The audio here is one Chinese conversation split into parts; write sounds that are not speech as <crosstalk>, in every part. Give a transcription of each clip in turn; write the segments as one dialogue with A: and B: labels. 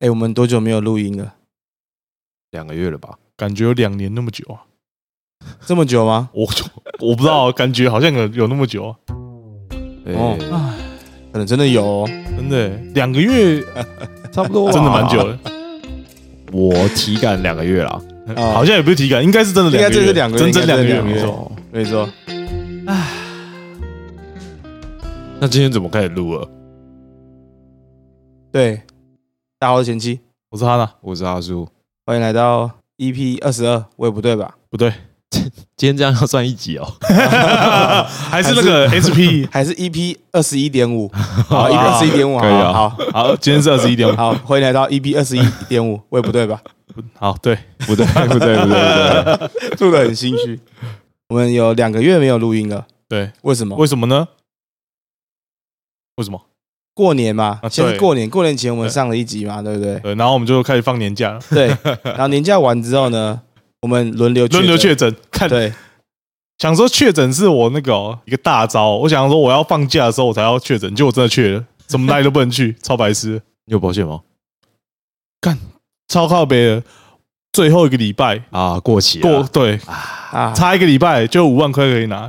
A: 哎、我们多久没有录音了？
B: 两个月了吧？
C: 感觉有两年那么久啊，
A: 这么久吗？
C: 我就 <laughs> 我不知道，感觉好像有有那么久啊，
A: 哦
B: 哎
A: 可能真的有、哦。
C: 真的欸两个月
B: 差不多吧
C: <laughs> 真的蛮久的，
B: 我体感两个月啦。
A: 啊
C: <laughs> 好像也不是体感，应该是真的
A: 应该
C: 两个月，
A: 真是两个月
C: 真正两个
A: 应该
C: 月没
A: 是两个月
C: 错。
B: 哦，
A: 所以说，
B: 那今天怎么开始录啊了？
A: 对，大家好，我是前妻，
C: 我是他呢，
B: 我是阿叔，
A: 欢迎来到 EP 二十二，我也不对吧？ <laughs>
C: 不 <laughs> 对，
B: 今天这样要算一集哦。
C: 还是那个 SP。
A: 还是 EP 二十一点五？好
C: 啊
A: ，EP 二十一点五，
B: 可以啊
A: 好好
C: <laughs> 好，今天是二十一点五。
A: 好，欢迎来到 EP 二十一点五，我也不对吧？ <laughs>
C: 好，对，
B: 不对，不对，不对，不对，
A: 录的很心虚。我们有两个月没有录音了，
C: 对，
A: 为什么？
C: 为什么呢？为什么？
A: 过年嘛，
C: 啊
A: 先是
C: 对
A: 过年，过年前我们
C: 对
A: 上了一集嘛，对不对？
C: 对，然后我们就开始放年假了，
A: 对。然后年假完之后呢，我们轮流
C: 轮流
A: 诊
C: 确诊，看
A: 对，
C: 想说确诊是我那个哦、一个大招，我想说我要放假的时候我才要确诊，结果真的确了，怎么哪里都不能去，超白痴，
B: 你有保险吗？
C: 超靠北的。最后一个礼拜
B: 啊，过期
C: 过
B: 了，
C: 对，
A: 啊，
C: 差一个礼拜就有五万块可以拿，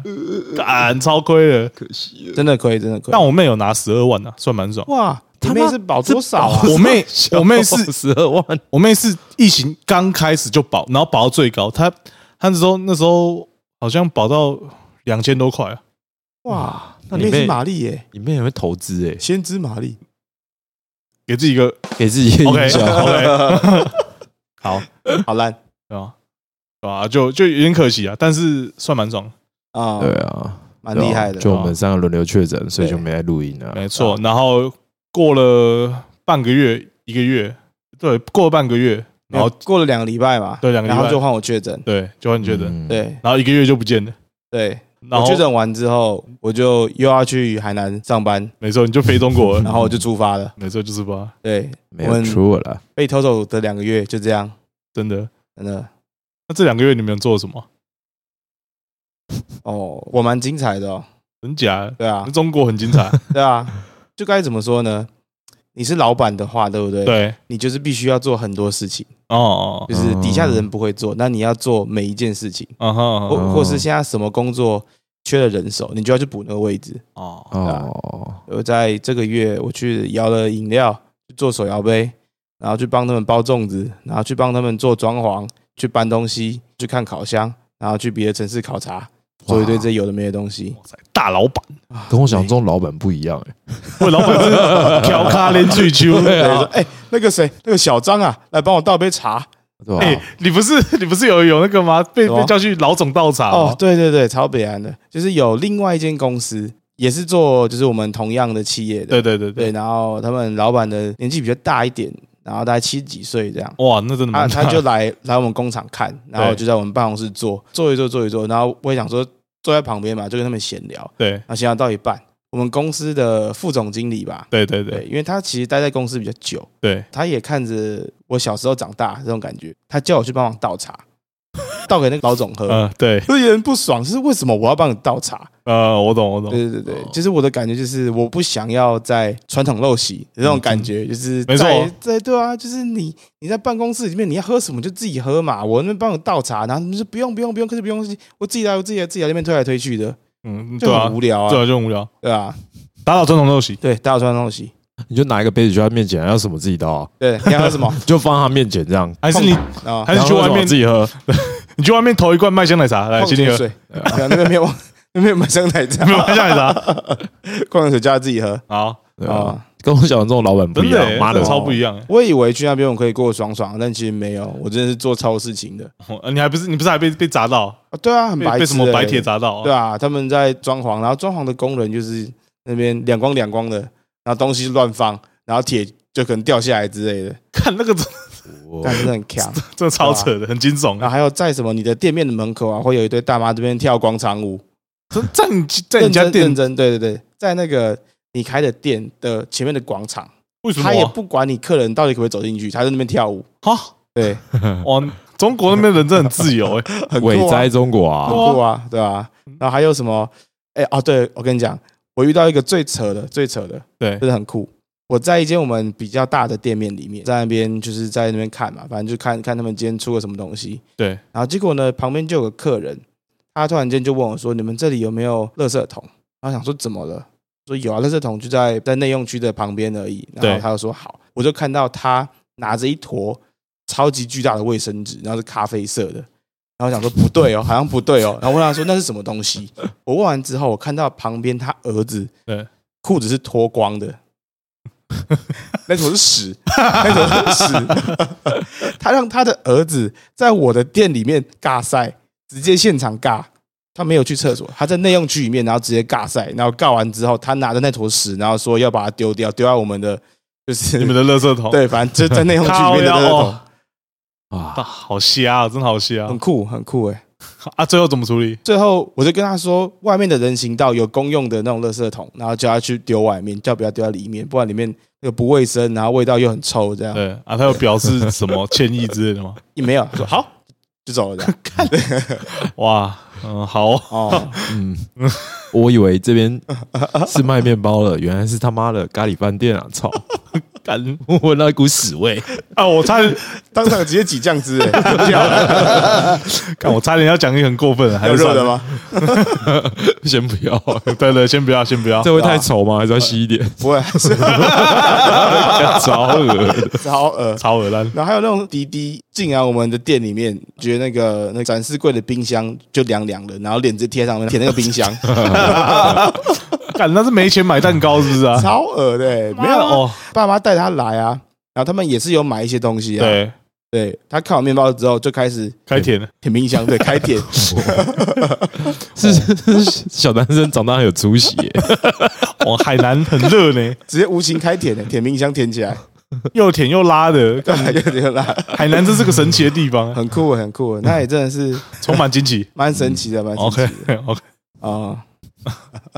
C: 干超亏了。
B: 可惜了。
A: 真的可以，真的可以。
C: 但我妹有拿十二万呢、啊，算蛮爽。
A: 哇，
C: 他
A: 他妹
C: 妈
A: 是保多少啊？
C: 我妹我妹是
B: 十二万，
C: 我妹是疫情刚开始就保，然后保到最高，她她那时候那时候好像保到两千多块啊，
A: 哇，那
B: 那
A: 妹
B: 你
A: 是
B: 妹
A: 玛丽耶，
B: 你妹也会投资哎，
A: 先知玛丽。
C: 给自己一个
B: 给自
A: <laughs>
B: 己
C: OK
B: 印象
C: OK，好 <laughs>
A: 好烂
C: 对吧？对吧？啊就就有点可惜啊，但是算蛮爽，
A: 啊，
B: 对啊，
A: 蛮厉害的。
B: 就我们三个轮流确诊，所以就
A: 对
B: 没来录音啊了。
C: 没错。然后过了半个月，一个月，对，过了半个月，然后
A: 没有过了两个礼拜嘛，
C: 对两个礼
A: 然后
C: 拜
A: 就，换我确诊。
C: 对，就换确诊，
B: 嗯，
A: 对
C: 然后一个月就不见了。
A: 对，我
C: 然后
A: 确诊完之后，我就又要去海南上班，
C: 没错，你就飞中国了。
A: <laughs> 然后我就出发了。
C: 没错，就是吧，
A: 对，
B: 没
A: 我
B: 有
A: 们
B: 出我了。
A: 被偷走的两个月就这样，
C: 真的。
A: 真的
C: 那这两个月你们有做什么？
A: 哦，我蛮精彩的哦。
C: 真假？
A: 对啊，
C: 中国很精彩，
A: 对啊，就该怎么说呢？你是老板的话，对 <laughs> 不对？，
C: 对，
A: 你就是必须要做很多事情，
C: 哦，
A: 就是底下的人不会做，那你要做每一件事情。
C: 嗯
A: 或
C: 哼，
A: 或是现在什么工作缺了人手，你就要去补那个位置。
C: 哦，
A: 啊
B: 哦，
A: 我在这个月我去摇了饮料，去做手摇杯，然后去帮他们包粽子，然后去帮他们做装潢，去搬东西，去看烤箱，然后去别的城市考察，做一堆这有的没的东西。
C: 哇塞，大老板，
A: 啊
B: 跟我想，中老板不一样哎。
C: 为老板 <laughs> 是调咖连最秋。
A: <laughs> 对，对说哎、那个谁，那个小张啊，来帮我倒杯茶。
B: 对
C: 哎
B: 吧？，
C: 你不是 <laughs> 你不是有有那个吗？被
A: 啊什么
C: 被叫去老总倒茶
A: 哦
C: 吗，？
A: 对对对，超北安的，就是有另外一间公司，也是做就是我们同样的企业的，
C: 对对对
A: 对，
C: 对，
A: 然后他们老板的年纪比较大一点，然后大概七十几岁这样。
C: 哇，那真的
A: 他
C: 蛮
A: 啊他就来来我们工厂看，然后
C: 对
A: 就在我们办公室
C: 嗯
A: 坐坐一坐坐一坐，然后我也想说坐在旁边嘛，就跟他们闲聊。
C: <laughs> 对
A: 然后闲聊到一半，我们公司的副总经理吧，
C: 对对
A: 对，
C: 对
A: 因为他其实待在公司比较久，
C: 对，
A: 他也看着我小时候长大这种感觉，他叫我去帮忙倒
C: <laughs>
A: 茶，倒给那个老总喝，
C: 嗯对，
A: 我有点不爽，就是为什么我要帮你倒茶？
C: 呃，我懂我懂，
A: 对对对，对就是我的感觉就是我不想要在传统陋习那种感觉，就是
C: 嗯没错
A: 在在对啊，就是你你在办公室里面你要喝什么就自己喝嘛，我那边帮你倒茶，然后你说不用不用不用，可是不用，我自己来我自己来自己来那边推来推去的，
C: 嗯，
A: 就
C: 对啊
A: 很无，聊
C: 对
A: 啊，
C: 啊，就很无聊，
A: 对啊，
C: 打倒传统陋习，
A: 对，大家传统陋习，
B: 你就拿一个杯子去他面前，要什么自己倒啊，
A: 对，你要喝什
C: <laughs>
A: 么
B: 就放他面前这样。
C: 还是你
A: 啊？
C: 还是去外
B: 然后
C: 面
B: 自己喝，
C: <laughs> 你去外面投一罐麦香奶茶来，
A: 矿
C: 请你
A: 泉
C: 喝，
A: 水，对啊那边没有 <laughs> 那边没有麦香 <laughs> 奶茶
C: 没，有麦香奶茶，
A: 矿泉水叫他自己喝
C: <laughs> 好，
B: 对啊，
A: 啊。
B: 跟我想的这种老板不一
C: 真的
B: 样，
C: 欸
B: 妈的
C: 真的，超不一样欸
A: 我以为去那边我可以过得爽爽，但其实没有，我真的是做超事情的
C: 呃你还不是你不是还被被砸到，
A: 啊。对啊，很
C: 被
A: 白
C: 被
A: 痴
C: 什么
A: 欸
C: 白铁砸到啊？
A: 对啊，他们在装潢，然后装潢的工人就是那边两光两光的，然后东西乱放，然后铁就可能掉下来之类的，
C: 看那个真
B: 我
A: 但真的很
C: <laughs>
A: 强。
C: 真的超扯的，很惊悚
A: 然后
C: 啊！
A: 还有在什么你的店面的门口啊，会有一堆大妈这边跳广场舞，
C: 真在你在你家
A: 认真
C: 店
A: 认真，对对对，在那个你开的店的前面的广场，
C: 为什么
A: 他也
C: 啊？
A: 不管你客人到底可不可以走进去，他在那边跳舞，
C: 好 <laughs>
A: 对，
C: 哇，中国那边人真的很
A: <laughs>
C: 自由哎，
A: 很酷
B: 伟
A: 啊
B: 哉中国啊
A: 很！酷啊，对啊。
C: 嗯
A: 然后还有什么？哎、哦，对我跟你讲，我遇到一个最扯的，最扯的，
C: 对
A: 真的很酷。我在一间我们比较大的店面里面，在那边就是在那边看嘛，反正就看看他们今天出了什么东西。
C: 对，
A: 然后结果呢，旁边就有个客人，他突然间就问我说：“你们这里有没有垃圾桶？”然后想说怎么了？说有啊，垃圾桶就在在内用区的旁边而已。然
C: 对
A: 后他就说好，我就看到他拿着一坨超级巨大的卫生纸，然后是咖啡色的。然后我想说不对哦，好像不对哦。然后问他说那是什么东西？我问完之后，我看到旁边他儿子
C: 对
A: 裤子是脱光的，那坨是屎，那坨是屎。 <laughs> 他让他的儿子在我的店里面尬赛，直接现场尬。他没有去厕所，他在内用区里面，然后直接尬赛，然后尬完之后，他拿着那坨屎，然后说要把它丢掉，丢在我们的就是
C: 你们的垃圾桶，
A: 对，反正就在内用区里面的
C: 靠
A: 垃圾
C: 腰
A: 桶
C: 哦，
B: 啊
C: 啊，，好瞎啊，真的好瞎
A: 很酷，很酷哎、
C: 啊！最后怎么处理？
A: 最后我就跟他说，外面的人行道有公用的那种垃圾桶，然后叫他去丢外面，叫不要丢在里面，不然里面又不卫生，然后味道又很臭，这样
C: 对啊，他有表示什么歉意之类
A: <laughs>
C: 的吗？
A: 也没有他说
C: 好，
A: 就走
C: <laughs>
A: 了这样。
C: 哇，嗯，好哦，
A: 哦，
B: 嗯，我以为这边是卖面包了，原来是他妈的咖喱饭店啊！ <laughs> 操，干闻到一股屎味，
C: 啊，我差点，
A: <laughs> 当场直接挤酱
C: <laughs>
A: 汁、欸，
C: 干我差点要讲一个很过分的，还
A: 还有
C: 是
A: 热
C: 算
A: 的
C: 了？
A: 吗？
B: 先不要，
C: <laughs> 对对，先不要，先不要。
B: <laughs> 这会太稠吗？还是要稀一点？
A: 不会，是
B: 干超恶的，
A: 超
C: <laughs>
A: 恶。
C: 超恶烂，
A: 呃然后还有那种滴滴进来我们的店里面，觉得那个那个展示柜的冰箱就凉凉的，然后脸直接贴上面舔那个冰
C: <laughs>
A: 箱，
C: 干那是没钱买蛋糕是不是啊？
A: 超恶的、欸。 <laughs> 没有哦，
C: 哦，
A: 爸妈带他来啊，然后他们也是有买一些东西啊。
C: 对，
A: 对他看完面包之后就开始
C: 开甜了，
A: 舔冰箱，对，开舔，
B: <laughs>
A: <laughs>
B: 是是是小男生长大很有出息耶， <laughs>
C: 哇，海南很热呢，
A: 直接无情开舔的，欸舔冰箱舔起
C: <laughs>
A: 来，
C: 又甜又辣的，
A: 对，有点辣，
C: 海南真是个神奇的地
A: <laughs>
C: 方，啊
A: 很酷，很酷，那也真的是
C: 充满惊奇。
A: 蛮神奇的，蛮神
C: 嗯 OK <laughs>
A: 奇
C: OK，
A: 的啊。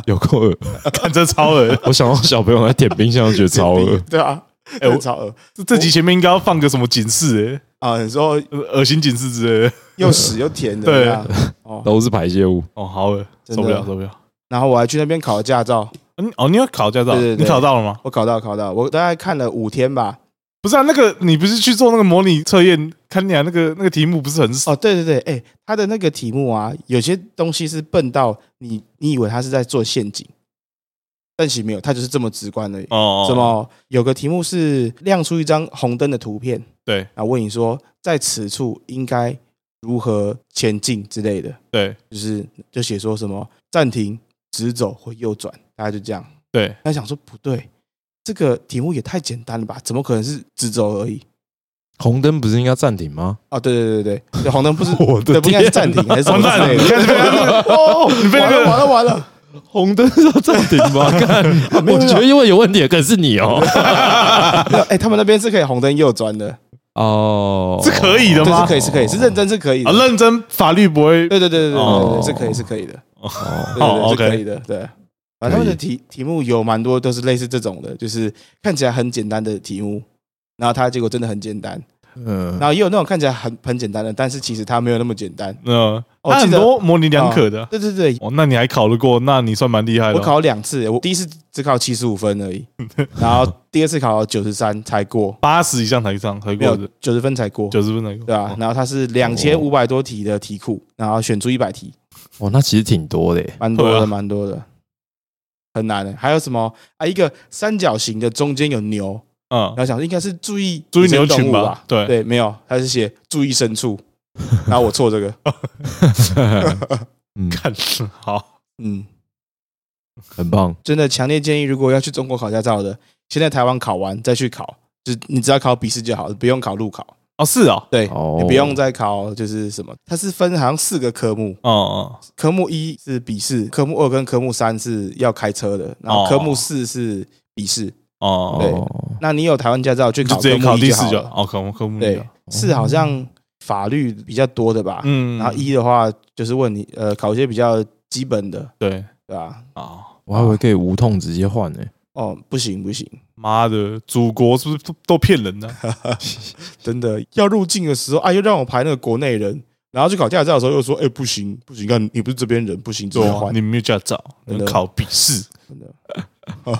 B: 有够恶。
C: 看这超恶
B: <laughs>
C: 的，
B: 我想到小朋友在舔冰箱，觉得超恶。
A: 对啊，
C: 哎我
A: 很超恶
C: 这这集前面应该要放个什么警示，
A: 啊！你说
C: 哎，恶心警示之类的。
A: <laughs> 又屎又甜的，
C: 对
A: 这样哦。
B: 都是排泄物，
C: 哦，好恶，
A: 真的
C: 受不了，受不了。
A: 然后我还去那边考了驾照，
C: 嗯，哦，你有考驾照？
A: 对对对
C: 你考到了吗？
A: 我考到考到，我大概看了五天吧。
C: 不是啊，那个你不是去做那个模拟测验，看你啊，那个那个题目不是很少
A: 哦，对对对，哎，他的那个题目啊，有些东西是笨到你你以为他是在做陷阱，但其实没有，他就是这么直观而已。
C: 哦
A: 什？么？有个题目是亮出一张红灯的图片，
C: 对
A: 然后问你说，在此处应该如何前进之类的，
C: 对
A: 就是就写说什么暂停、直走或右转，大概就这样。
C: 对，
A: 他想说不对，这个题目也太简单了吧？怎么可能是直走而已？
B: 红灯不是应该暂停吗？
A: 哦，对对对对对，红灯不
C: <laughs>
A: 是
B: 我的
A: 对，不应该是暂
B: 天
A: 停
B: 啊
A: 还是什么
C: 啊完
A: 之类
C: 蛋了！
A: 的
C: <laughs> 你看这边，
A: 哦，你
C: 被
A: 完
C: 那个
A: 了完了完了！
B: <laughs> 红灯是要暂停吗？看，
A: <laughs> 没有
B: 我觉得因为有问题的可能是你哦。
A: 没有哎，他们那边是可以红灯右转的，
B: 哦，
C: 是可以的
A: 对，
C: 吗
A: 是可以是可以，是认真是可以的
C: 啊，。认真法律不会
A: 对对对对对对
B: 哦
A: 对，是可以是可以的。
B: 哦，
A: 对对
C: 哦
A: 对，是可
C: OK
A: 以的。对，反正他们的题题目有蛮多都是类似这种的，就是看起来很简单的题目，然后它结果真的很简单，
B: 嗯
A: 然，后也有那种看起来很很简单的，但是其实它没有那么简单。
C: 嗯，
A: 哦
C: 他
A: 记
C: 很
A: 得
C: 多模棱两可的。
A: 对对对，
C: 哦，那你还考得过，那你算蛮厉害的
A: 我
C: 哦。
A: 考了两次，我第一次只考七十五分而已，然后第二次考九十三才过，
C: <laughs> 八十以上才上才
A: 没
C: 过
A: 有
C: 的，
A: 九十分才过。
C: 九十分才过。
A: 对啊
C: 哦，，
A: 然后它是两千五百多题的题库，然后选出一百题，
B: 哇，哦那其实挺多 <laughs> 的耶。
A: 蛮多
C: 对
A: 的，
C: 啊
A: 蛮多的，很难的。还有什么啊？一个三角形的中间有牛，
C: 嗯
A: 然，后想说应该是注意
C: 注意
A: 野生
C: 牛
A: 动
C: 群
A: 物
C: 吧
A: 吧？
C: 对
A: 对，没有，他是写注意牲畜，然后我错这个，
B: 嗯，
C: 看 <laughs> 好，
A: 嗯，
B: 很棒。
A: 真的强烈建议，如果要去中国考驾照的，先在台湾考完再去考，就是你只要考笔试就好了，不用考路考，
C: 哦是哦，
A: 对，
B: 哦
A: 你不用再考就是什么，它是分好像四个科目，
C: 哦哦
A: 科目一是笔试，科目二跟科目三是要开车的，然后
C: 哦
A: 科目四是笔试。
C: 哦，
A: 对
B: 哦，
A: 那你有台湾驾照去
C: 就
A: 考
C: 直接
A: 科
C: 考
A: 目一
C: 第
A: 就
C: 四
A: 好
C: 就
A: 了，
C: 好哦，嗯科目科目一就
A: 对
C: 好，
A: 是好像法律比较多的吧？
C: 嗯，
A: 然后一的话就是问你，呃，考一些比较基本的，
C: 对
A: 对吧？
C: 啊，
B: 我还以为可以无痛直接换呢。
A: 哦，不行不行，
C: 妈的，祖国是不是都都骗人
A: <laughs>
C: 的？
A: 真的要入境的时候，啊，又让我排那个国内人，然后去考驾照的时候又说，哎、不行不行，看你不是这边人，不行，这
C: 对
A: 边
C: 啊，
A: 换
C: 你没有驾照，
A: 真
C: 能 <laughs>
A: 的哦
C: 考笔试，
A: 真的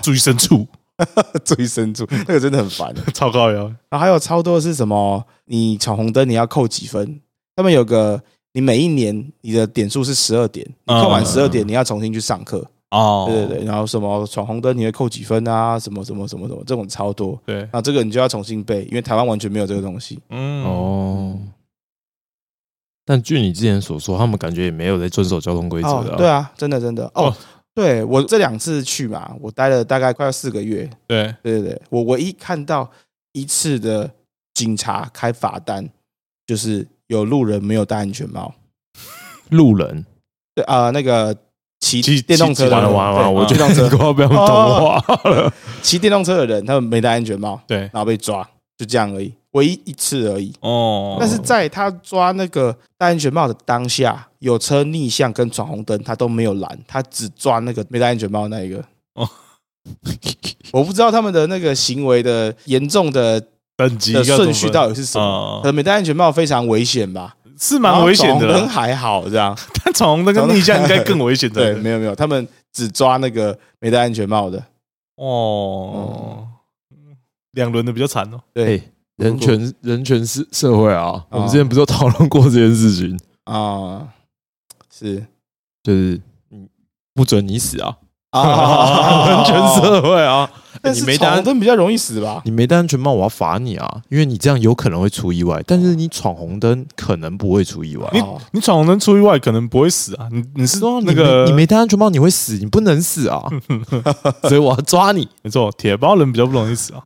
A: <laughs>
C: 注意牲畜，
A: <laughs> 最深 <laughs> 处，那个真的很烦。
C: 超高腰，
A: 然后还有超多的是什么？你闯红灯你要扣几分？他们有个，你每一年你的点数是十二点，你扣满
C: 嗯
A: 十二点你要重新去上课。
C: 哦
A: 对对对，然后什么闯红灯你会扣几分啊？什么什么什么什么，这种超多。
C: 对对，
A: 那这个你就要重新背，因为台湾完全没有这个东西。
C: 嗯
B: 哦。但据你之前所说，他们感觉也没有在遵守交通规则的、
A: 哦，对，啊，真的真的哦。
C: 哦
A: 对我这两次去嘛，我待了大概快要四个月。
C: 对，
A: 对对对，我唯一看到一次的警察开罚单，就是有路人没有戴安全帽。
B: 路人
A: 对啊、那个骑
C: 骑
A: 电动
C: 骑
A: 车的
B: 完了
A: 人
B: 完了完了，
A: 对啊
B: 我觉
A: 电
B: <laughs>
A: 动
B: 得你
A: 车
B: 快要被他们同化了。
A: 骑电动车的人，他们没戴安全帽，
C: 对，
A: 然后被抓，就这样而已，唯一一次而已。
C: 哦
A: 但是在他抓那个戴安全帽的当下，有车逆向跟闯红灯，他都没有拦，他只抓那个没戴安全帽那一个。
C: 哦，
A: 我不知道他们的那个行为的严重的
C: 等级
A: 的顺序
C: 到
A: 到底是什么。可
C: 啊，
A: 能没戴安全帽非常危险吧，
C: 是蛮危险的
A: 然后闯红灯
C: <laughs> 啦，
A: 还好这样。
C: 但闯红灯跟逆向应该更危
A: <laughs>
C: 险
A: 对，
C: 的，
A: 没有没有，他们只抓那个没戴安全帽的。
C: 哦，两轮的比较惨哦，
A: 对
B: 哎 <laughs> 人 <laughs> 权人权是社会啊，我们之前不是有讨论过这件事情，
A: 啊、是
B: 就是你不准你死啊，人
C: <laughs>
A: 啊
B: 权社会啊，
A: 但
B: 你
A: 是
B: 没戴
A: 闯
B: 安
A: 红灯比较容易死吧？
B: 你没戴安全帽，我要罚你啊，因为你这样有可能会出意外，但是你闯红灯可能不会出意外。
C: 你
A: 哦
C: 你闯红灯出意外可能不会死啊，你你是
B: 说
C: 那个
B: 你没戴安全帽你会死，你不能
A: <laughs>
B: 死啊，所以我要抓你。
C: 没错，铁包人比较不容易死啊。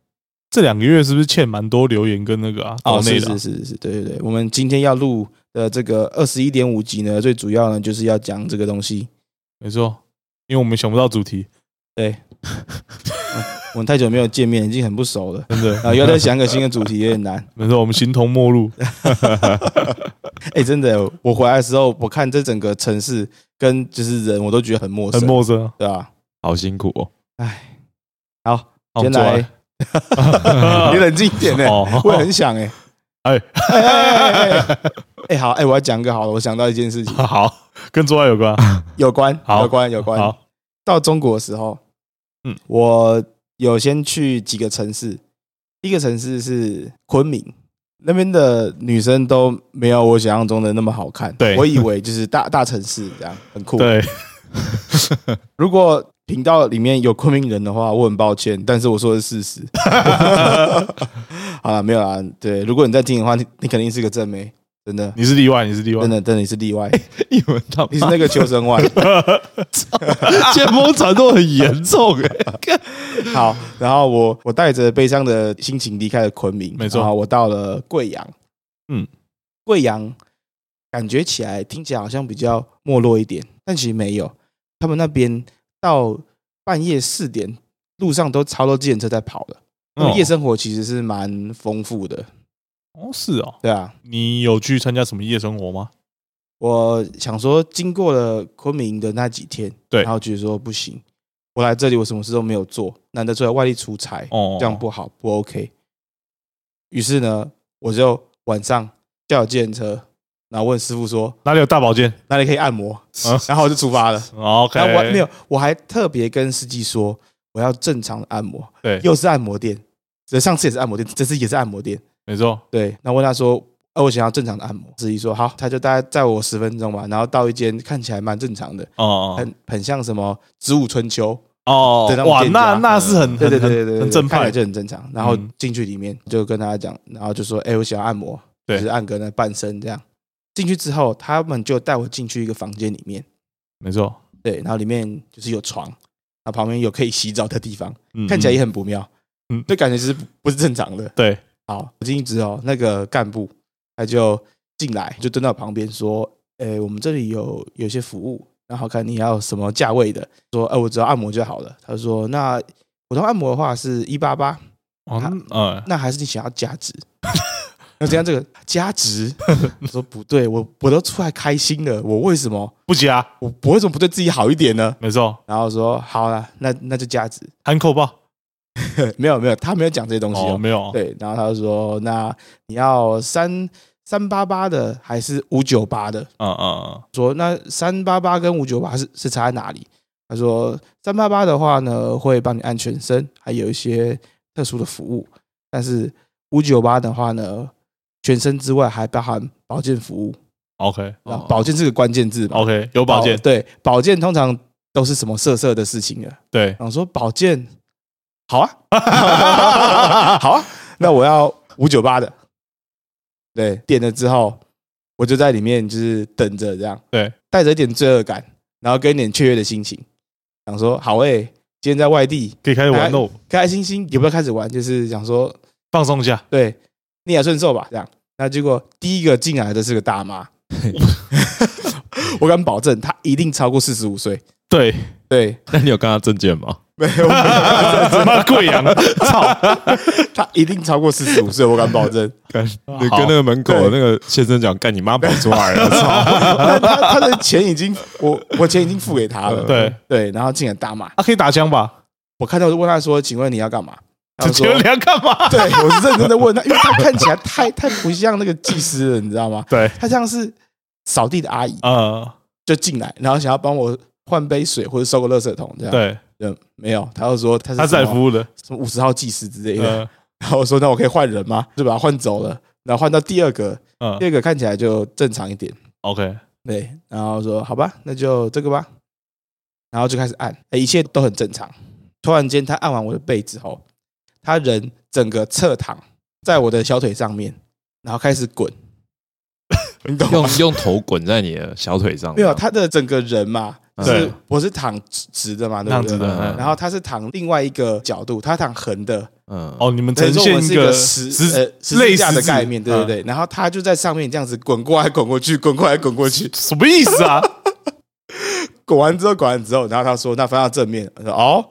C: 这两个月是不是欠蛮多留言跟那个啊，岛
A: 哦，
C: 内
A: 是
C: 的啊
A: 是是是是，对对对，我们今天要录的这个二十一点五集呢，最主要呢就是要讲这个东西。
C: 没错，因为我们想不到主题，
A: 我们太久没有见面，已经很不熟了。
C: 真的，
A: 啊，又要再想一个新的主题有点难。
C: <laughs>
A: <laughs>
C: 没错，我们形同陌路。
A: 哎、真的，我回来的时候，我看这整个城市跟就是人，我都觉得很陌生，
C: 很陌生。
A: 对吧、
B: 好辛苦哦，
A: 哎，好，
C: 好
A: 先来，你冷静一点呢、
C: 哦
A: <laughs> 我也很想哎、
C: 哎
A: 哎哎哎哎哎好，哎、我要讲一个好了，我想到一件事情，
C: <laughs> 好，跟做爱有关。
A: 有关，
C: 好
A: 有关，有关。
C: 好，
A: 到中国的时候，
C: 嗯，
A: 我有先去几个城市，第一个城市是昆明，那边的女生都没有我想象中的那么好看。
C: 对
A: 我以为就是大 <laughs> 大城市这样很酷。，
C: 对，
A: 如果频道里面有昆明人的话，我很抱歉，但是我说的是事实。 <laughs> 好了，没有啦。对，如果你在听的话，你你肯定是个正妹，真的，
C: 你是例外，你是例外
A: 真。的，真的你是例外，
B: 你们他
A: 你是那个求生 <laughs> 外。
B: 剑锋传统很严重
A: <laughs>
B: 哎，
A: 好，然后我我带着悲伤的心情离开了昆明，
C: 没错
A: 然后我到了贵阳，
C: 嗯，
A: 贵阳感觉起来听起来好像比较没落一点，但其实没有，他们那边到半夜四点，路上都超多自行车在跑的，那
C: 哦
A: 么夜生活其实是蛮丰富的，
C: 哦，是哦。
A: 对啊。
C: 你有去参加什么夜生活吗？
A: 我想说，经过了昆明的那几天，
C: 对
A: 然后觉得说不行，我来这里我什么事都没有做，难得出来外地出差，
C: 哦，
A: 这样不好，不 OK。于是呢，我就晚上叫计程车，然后问师傅说
C: 哪里有大保健
A: 哪里可以按摩，
C: 啊
A: 然后我就出
C: <laughs>
A: 发了。
C: ？OK，
A: 然后我还没有，我还特别跟司机说我要正常的按摩，
C: 对，
A: 又是按摩店，这上次也是按摩店，这次也是按摩店。
C: 没错，
A: 对，那问他说，呃，我想要正常的按摩，司机说好，他就大概载我十分钟吧，然后到一间看起来蛮正常的，
C: 哦
A: 很很像什么植物春秋，
C: 哦
A: 对他，们
C: 哇，
A: 店家
C: 那那是很
A: 对对对
C: 很
A: 对对
C: 很
A: 对，
C: 很正
A: 看起来
C: 派，
A: 就很正常。然后
C: 嗯
A: 进去里面就跟大家讲，然后就说：“哎、我想要按摩，
C: 对
A: 就是按个那半身这样。”进去之后，他们就带我进去一个房间里面，
C: 没错，
A: 对，然后里面就是有床，然后旁边有可以洗澡的地方，
C: 嗯
A: 看起来也很不妙，
C: 嗯
A: 嗯，这感觉是不不是正常的。
C: 对，
A: 好，我进去之后，哦那个干部他就进来，就蹲到我旁边说：“哎、我们这里有有一些服务，然后看你要什么价位的。”说：“哎、我只要按摩就好了。”他说：“那普通按摩的话是一八八，
C: 哦，嗯嗯，
A: 那还是你想要加值？ <laughs> 那怎样？这个加值？我说不对，我我都出来开心了，我为什么
C: 不加，
A: 我我为什么不对自己好一点呢？
C: 没错，
A: 然后说好啦，那那就加值。 <laughs>
C: 含口爆，
A: 没有没有，他没有讲这些东西、
C: 哦，
A: 哦。
C: 没有，
A: 对，然后他就说那你要三三八八的还是五九八的？
C: 嗯嗯嗯，
A: 说那三八八跟五九八是是差在哪里？他说三八八的话呢，会帮你按全身，还有一些特殊的服务。但是五九八的话呢，全身之外还包含保健服务。
C: OK
A: 啊，保健是个关键字吧？
C: OK，有哦保健，
A: 对保健通常都是什么色色的事情啊？
C: 对，
A: 想说保健， <laughs> 好啊， <laughs> 好啊，那我要五九八的。对，点了之后，我就在里面就是等着这样，
C: 对，
A: 带着一点罪恶感，然后跟一点雀跃的心情，想说好诶、今天在外地，
C: 可以开始玩喽，
A: 开开心心，也不要开始玩，就是想说
C: 放松一下。
A: 对逆来顺受吧，这样。那结果第一个进来的是个大 <laughs> 妈，我敢保证，她一定超过四十五岁。 <laughs>
C: 对，
A: 对，
B: 那你有跟他证件吗？
A: 没有，
C: 妈贵
A: 啊
C: <laughs> 阳，操！
A: 他一定超过四十五岁，我敢保
C: <laughs>
A: 证。
B: 跟
C: 好
B: 跟那个门口的那个先生讲，干你妈跑出
A: <laughs>
B: 来了，操！
A: 但他他的钱已经，我我钱已经付给他了。
C: 对，
A: 对，然后竟然大骂，
C: 啊他可以打枪吧？
A: 我看到我就问他说：“请问你要干嘛？”他
C: 请
A: 说？
C: 问你要干
A: <laughs>
C: 嘛：“
A: 对，我是认真的问他，因为他看起来太太不像那个技师了，你知道吗？
C: 对，
A: 他像是扫地的阿姨，
C: 呃，
A: 就进来，然后想要帮我换杯水或者收个垃圾桶这样。
C: 对，
A: 嗯，没有，他就说他是
C: 他是来
A: 什么
C: 服务的，
A: 什么啊五十号技师之类的。
C: 嗯
A: 然后我说：“那我可以换人吗？”就把他换走了。然后换到第二个，
C: 嗯
A: 第二个看起来就正常一点。
C: ，OK，
A: 对，然后说好吧，那就这个吧，然后就开始按，哎一切都很正常。突然间，他按完我的背之后，他人整个侧躺在我的小腿上面，然后开始滚，
C: <laughs>
A: 你懂吗
B: 用？用头滚在你的小腿上，
A: 没有，他的整个人嘛，就
B: 对
A: 是我是躺直直的嘛，对
C: 嗯样
A: 不
C: 子
A: 对？
B: 嗯
C: 的。
A: 然后他是躺另外一个角度，他躺横的，
B: 嗯，
C: 哦，你们
A: 等
C: 呈
A: 于说我
C: 现
A: 们是
C: 一
A: 一个十
C: 十
A: 呃十字
C: 类嗯似
A: 架的概念，对不对？然后他就在上面这样子滚过来滚过去，滚过来滚过去，
C: 什么意思啊？
A: <laughs> 滚完之后，滚完之后，然后他说：“那翻到正面。”我说：“哦，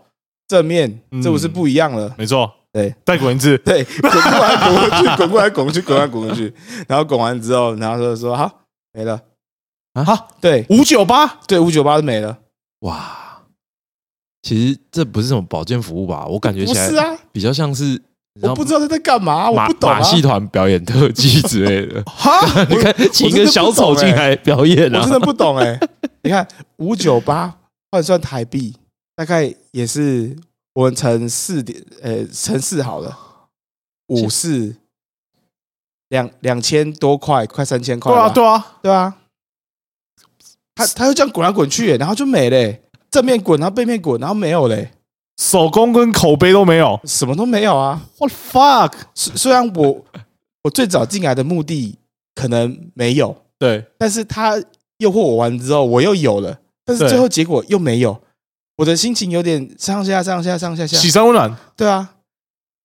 A: 正面，这不是不一样了？”
C: 没错，
A: 对 <laughs>
C: 再滚一次，
A: 对，滚过来滚过去，滚过来滚过去，滚过来滚过去，然后滚完之后，然后他就说：“好，没了。
B: 啊，
A: 对”
C: 五九八，
A: 对五九八就没了，
B: 哇，其实这不是什么保健服务吧？我感觉
A: 不
B: 起来
A: 是啊，
B: 比较像是，
A: 我不知道他在干嘛，我
B: 马
A: 不懂啊，
B: 马，戏团表演特技之类的
A: <laughs> 哈，
B: 你看请一
A: 真
B: 个
A: 的
B: 小
A: 不懂
B: 丑进
A: 欸
B: 来表演
A: 我
B: 啊
A: 真，的不懂哎。你看五九八换算台币，大概也是我们乘四点，呃，乘四好了，五四两两千多块，快三千块
C: 对
A: 了吧，
C: 啊，对啊，
A: 对啊，他他就这样滚来滚去欸耶，然后就没嘞、正面滚，然后背面滚，然后没有嘞、
C: 手工跟口碑都没有
A: 什么都没有啊。
C: ，What fuck？
A: 虽虽然我我最早进来的目的可能没有，
C: 对，
A: 但是他诱惑我完之后，我又有了，但是
C: 对
A: 最后结果又没有，我的心情有点上下上下上下下
C: 喜。山温暖，
A: 对啊，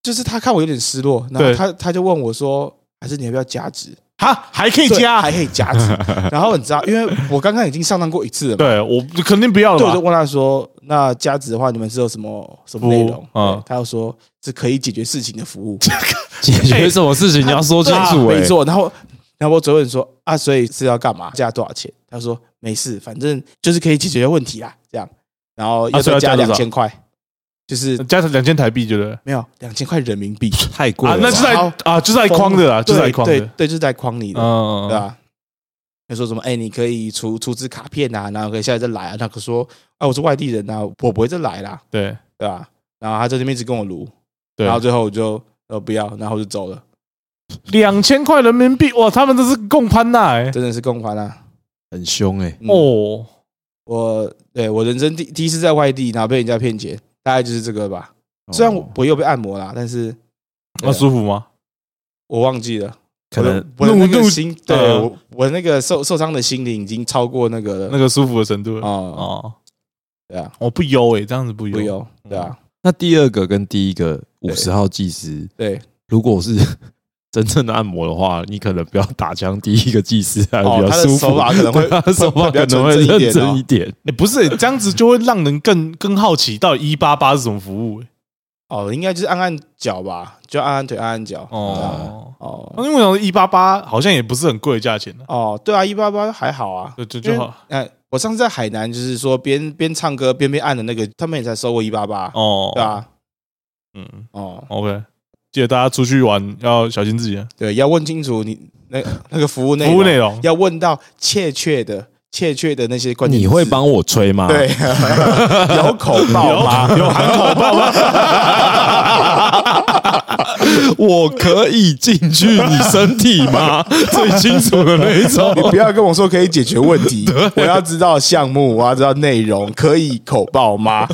A: 就是他看我有点失落，然后
C: 对
A: 他他就问我说：“还是你要不要加值？”
C: 哈，还可以
A: 对
C: 加
A: 还，可以加
C: <laughs>
A: 值。然后你知道，因为我刚刚已经上当过一次了嘛，
C: 对哦我肯定不要
A: 对，我就
C: 了吧，
A: 问他说：“那加值的话，你们是有什么什么内容？”
C: 服务嗯
A: 对他又说是可以解决事情的服务，
B: 解
A: 哎
B: 决什么事情你要说清楚
A: 对啊
B: 哎
C: 欸
A: 没，错。然后，然后我追问说：“啊，所以是要干嘛？加多少钱？”他说：“没事，反正就是可以解决问题啦。”这样，然后要
C: 啊所
A: 再
C: 以要
A: 加
C: 加多
A: 两
C: 少
A: 千块，就是
C: 加两千台币，觉得
A: 没有两千块人民币，
B: 太贵
C: 啊，
B: 了吧，
C: 那就是在
A: 好
C: 啊，就是在框的啊，就是在
A: 对
C: 框
A: 对
C: 的，
A: 对，就是在框里的。
C: 嗯，
A: 对啊，他说什么？哎、你可以出出资卡片啊，然后可以下来再来啊。那个说，啊，我是外地人啊，我不会再来啦，
C: 对
A: 对吧、然后他在那边一直跟我撸，
C: 对
A: 然后最后我就呃不要，然后我就走了，
C: 两千块人民币，哇，他们这是共攀呐、欸，
A: 真的是共款啊！
B: 很凶哎，
A: 嗯
C: 哦，
A: 我对我人生第第一次在外地，然后被人家骗钱，大概就是这个吧。虽然我
B: 哦
A: 我又被按摩啦，但是嗯
C: 那舒服吗？
A: 我忘记了，
B: 可能
A: 我的我的那
C: 怒
A: 个
C: 怒
A: 心，对
C: 呃
A: 我我那个受受伤的心灵已经超过那个
C: 那
A: 了。
C: 个舒服的程度了
A: 哦，
C: 哦，
A: 对啊，
C: 我不优诶、欸，这样子不优，
A: 不用，对啊，
B: 那第二个跟第一个五十号技师，
A: 对，
B: 如果是 <laughs> 真正的按摩的话，你可能不要打枪第一个技师还
A: 哦
B: 比较
A: 他的
B: 舒服，
A: 手法可能会
B: <laughs> 对他的手法
A: 会
B: 可
A: 比较
B: 能会
A: 纯正一点
B: 认真
A: 哦
B: 一点。
C: 欸不是、欸、这样子就会让人更更好奇，到底一八八是什么服务、欸？
A: 哦，应该就是按按脚吧，就按按腿，按按脚。哦
C: 哦，那
A: 哦
C: 因为我想一八八好像也不是很贵的价钱呢、
A: 哦，对啊，一八八还好啊，
C: 就就
A: 因
C: 就
A: 为
C: 好
A: 哎，我上次在海南就是说边边唱歌边被按的那个，他们也才收过一八八，
C: 哦，
A: 对，啊，
C: 嗯
A: 哦，
C: ，OK，记得大家出去玩要小心自己啊，
A: 对，要问清楚你那那个服务内
C: 服务内容
A: 要问到确切的、欠缺的那些关键字。
B: 你会帮我吹吗？
A: 对， <laughs> 有口爆吗？ <laughs> 有喊口爆吗？
B: <laughs> 我可以进去你身体吗？ <laughs> 最清楚的那一种
A: 你。不要跟我说可以解决问题，我要知道项目，我要知道内容，可以口爆吗？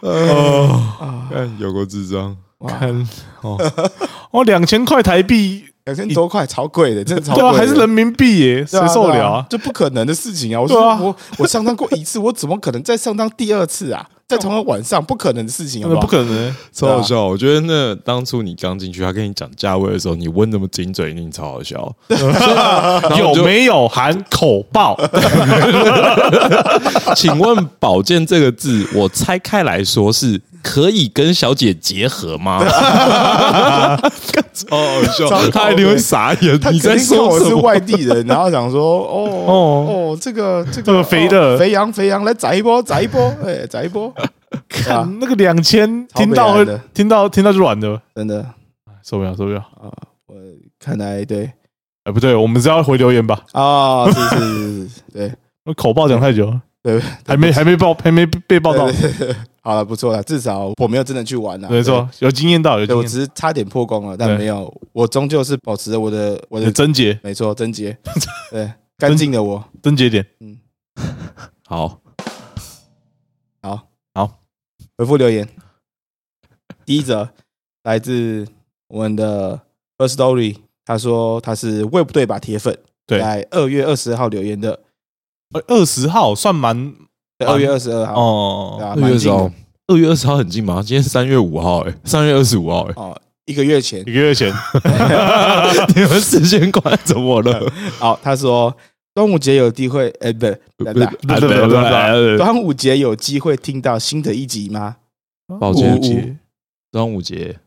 B: 哦，看有个智障，
C: 看
A: <laughs>
C: 哦，哦，两千块台币，
A: 两千多块超贵的，真的超
C: 对
A: 贵
C: 啊，
A: 的，
C: 还是人民币耶，谁
A: 对啊
C: 受
A: 对
C: 了
A: 啊
C: 啊？？
A: 这不可能的事情啊！我说
C: 对啊
A: 我我上当过一次，我怎么可能再上当第二次啊？在同个晚上，不可能的事情，好
C: 真的
A: 不
C: 不
A: 好？
C: 可能，欸
B: 超好笑。我觉得那当初你刚进去，他跟你讲价位的时候，你问那么精准，一定超好笑。
C: <laughs> 有没有喊口
A: <laughs>
C: 爆？
A: 啊
B: 请问“保健”这个字，我拆开来说是可以跟小姐结
A: <laughs>
B: 合吗？超好笑，
A: 超
B: <laughs> 他一定会傻眼
A: 他。
B: 你在
A: 肯定看
B: 说
A: 我
B: 什
A: 是
B: 么？
A: 外地人，然后想说，哦哦
C: 哦
A: 哦，这个这
C: 这
A: 个
C: 个肥的
A: 哦肥羊肥羊来宰一波，宰一波， <laughs> 哎，宰一波，对啊
C: 看那个两千，
A: 超
C: 听
A: 北
C: 到
A: 蓝
C: 会
A: 的
C: 听到听到就软的，
A: 真的，
C: 受不了，受不了。
A: 看来对
C: 哎，不对，我们是要回留言吧？
A: 啊，是是是
C: <laughs>
A: 是，是对
C: 我口爆讲太久了，
A: 对，
C: 还没还没报，还没被报道。
A: 对对对 <laughs> 好了，不错了，至少我没有真的去玩了，
C: 没错，有经验到，
A: 对，
C: 有
A: 对
C: 经
A: 我
C: 验。
A: 只是差点破功了，但
C: 对
A: 没有，我终究是保持着我的我的
C: 贞洁，
A: 没错，贞
C: <laughs>
A: 洁，对，干净的我，
C: 贞洁点，
B: 好，
A: 回复留言。第一则来自我们的 First Story，他说他是魏不对吧铁粉，
C: 对
A: 在二月二十号留言的，
C: 哎二十号算蛮
A: 二月二十二号，对
C: 哦，
A: 啊，
B: 二月
A: 蛮
B: 二十
A: 近
B: 号
A: 的，
B: 二月二十号很近吗？今天三月五号，哎，三月二十五号，哎， <laughs>
A: 哦，一个月前
C: 一个月 <laughs> 前，
B: 你们时间管怎么了？
A: <laughs> 哦，他说端午节有机会，呃，不是，不是
C: 啊对对对 <laughs> 对
A: 端午节有机会听到新的一集吗？
B: 保
A: 端
B: 健
A: 午节
B: 节，端午节，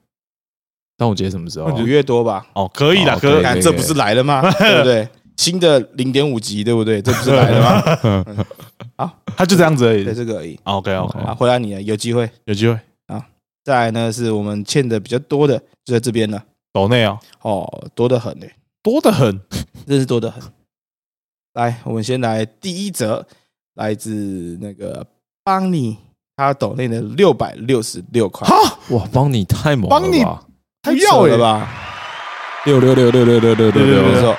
B: 端午节什么时候啊？
A: 五月多吧？
C: 哦，可以啦，
B: 哦
C: 可
B: 可
C: 以
B: 以，
A: 看这不是来了吗？对不对？新的零点五集，对不对？这不是来了吗？
C: 他就这样子而已
A: 对，。这个而已。
C: OK OK，
A: 啊，回答你了，有机会。
C: 哦
A: 啊
C: 有机会
A: 再来呢，是我们欠的比较多的，就在这边了。
C: 抖内啊，
A: 哦，多得很呢、
C: 多的很，
A: 真是多得很。来，我们先来第一则，来自那个邦尼，他抖内的六百六十六块，
B: 哇，帮你太猛
A: 帮你
B: 了吧！
A: 太
C: 不
A: 扯
C: 要
A: 了
C: 欸
A: 吧？
B: 六六六六六六六六
C: 对
A: 没
B: 六，
A: 错。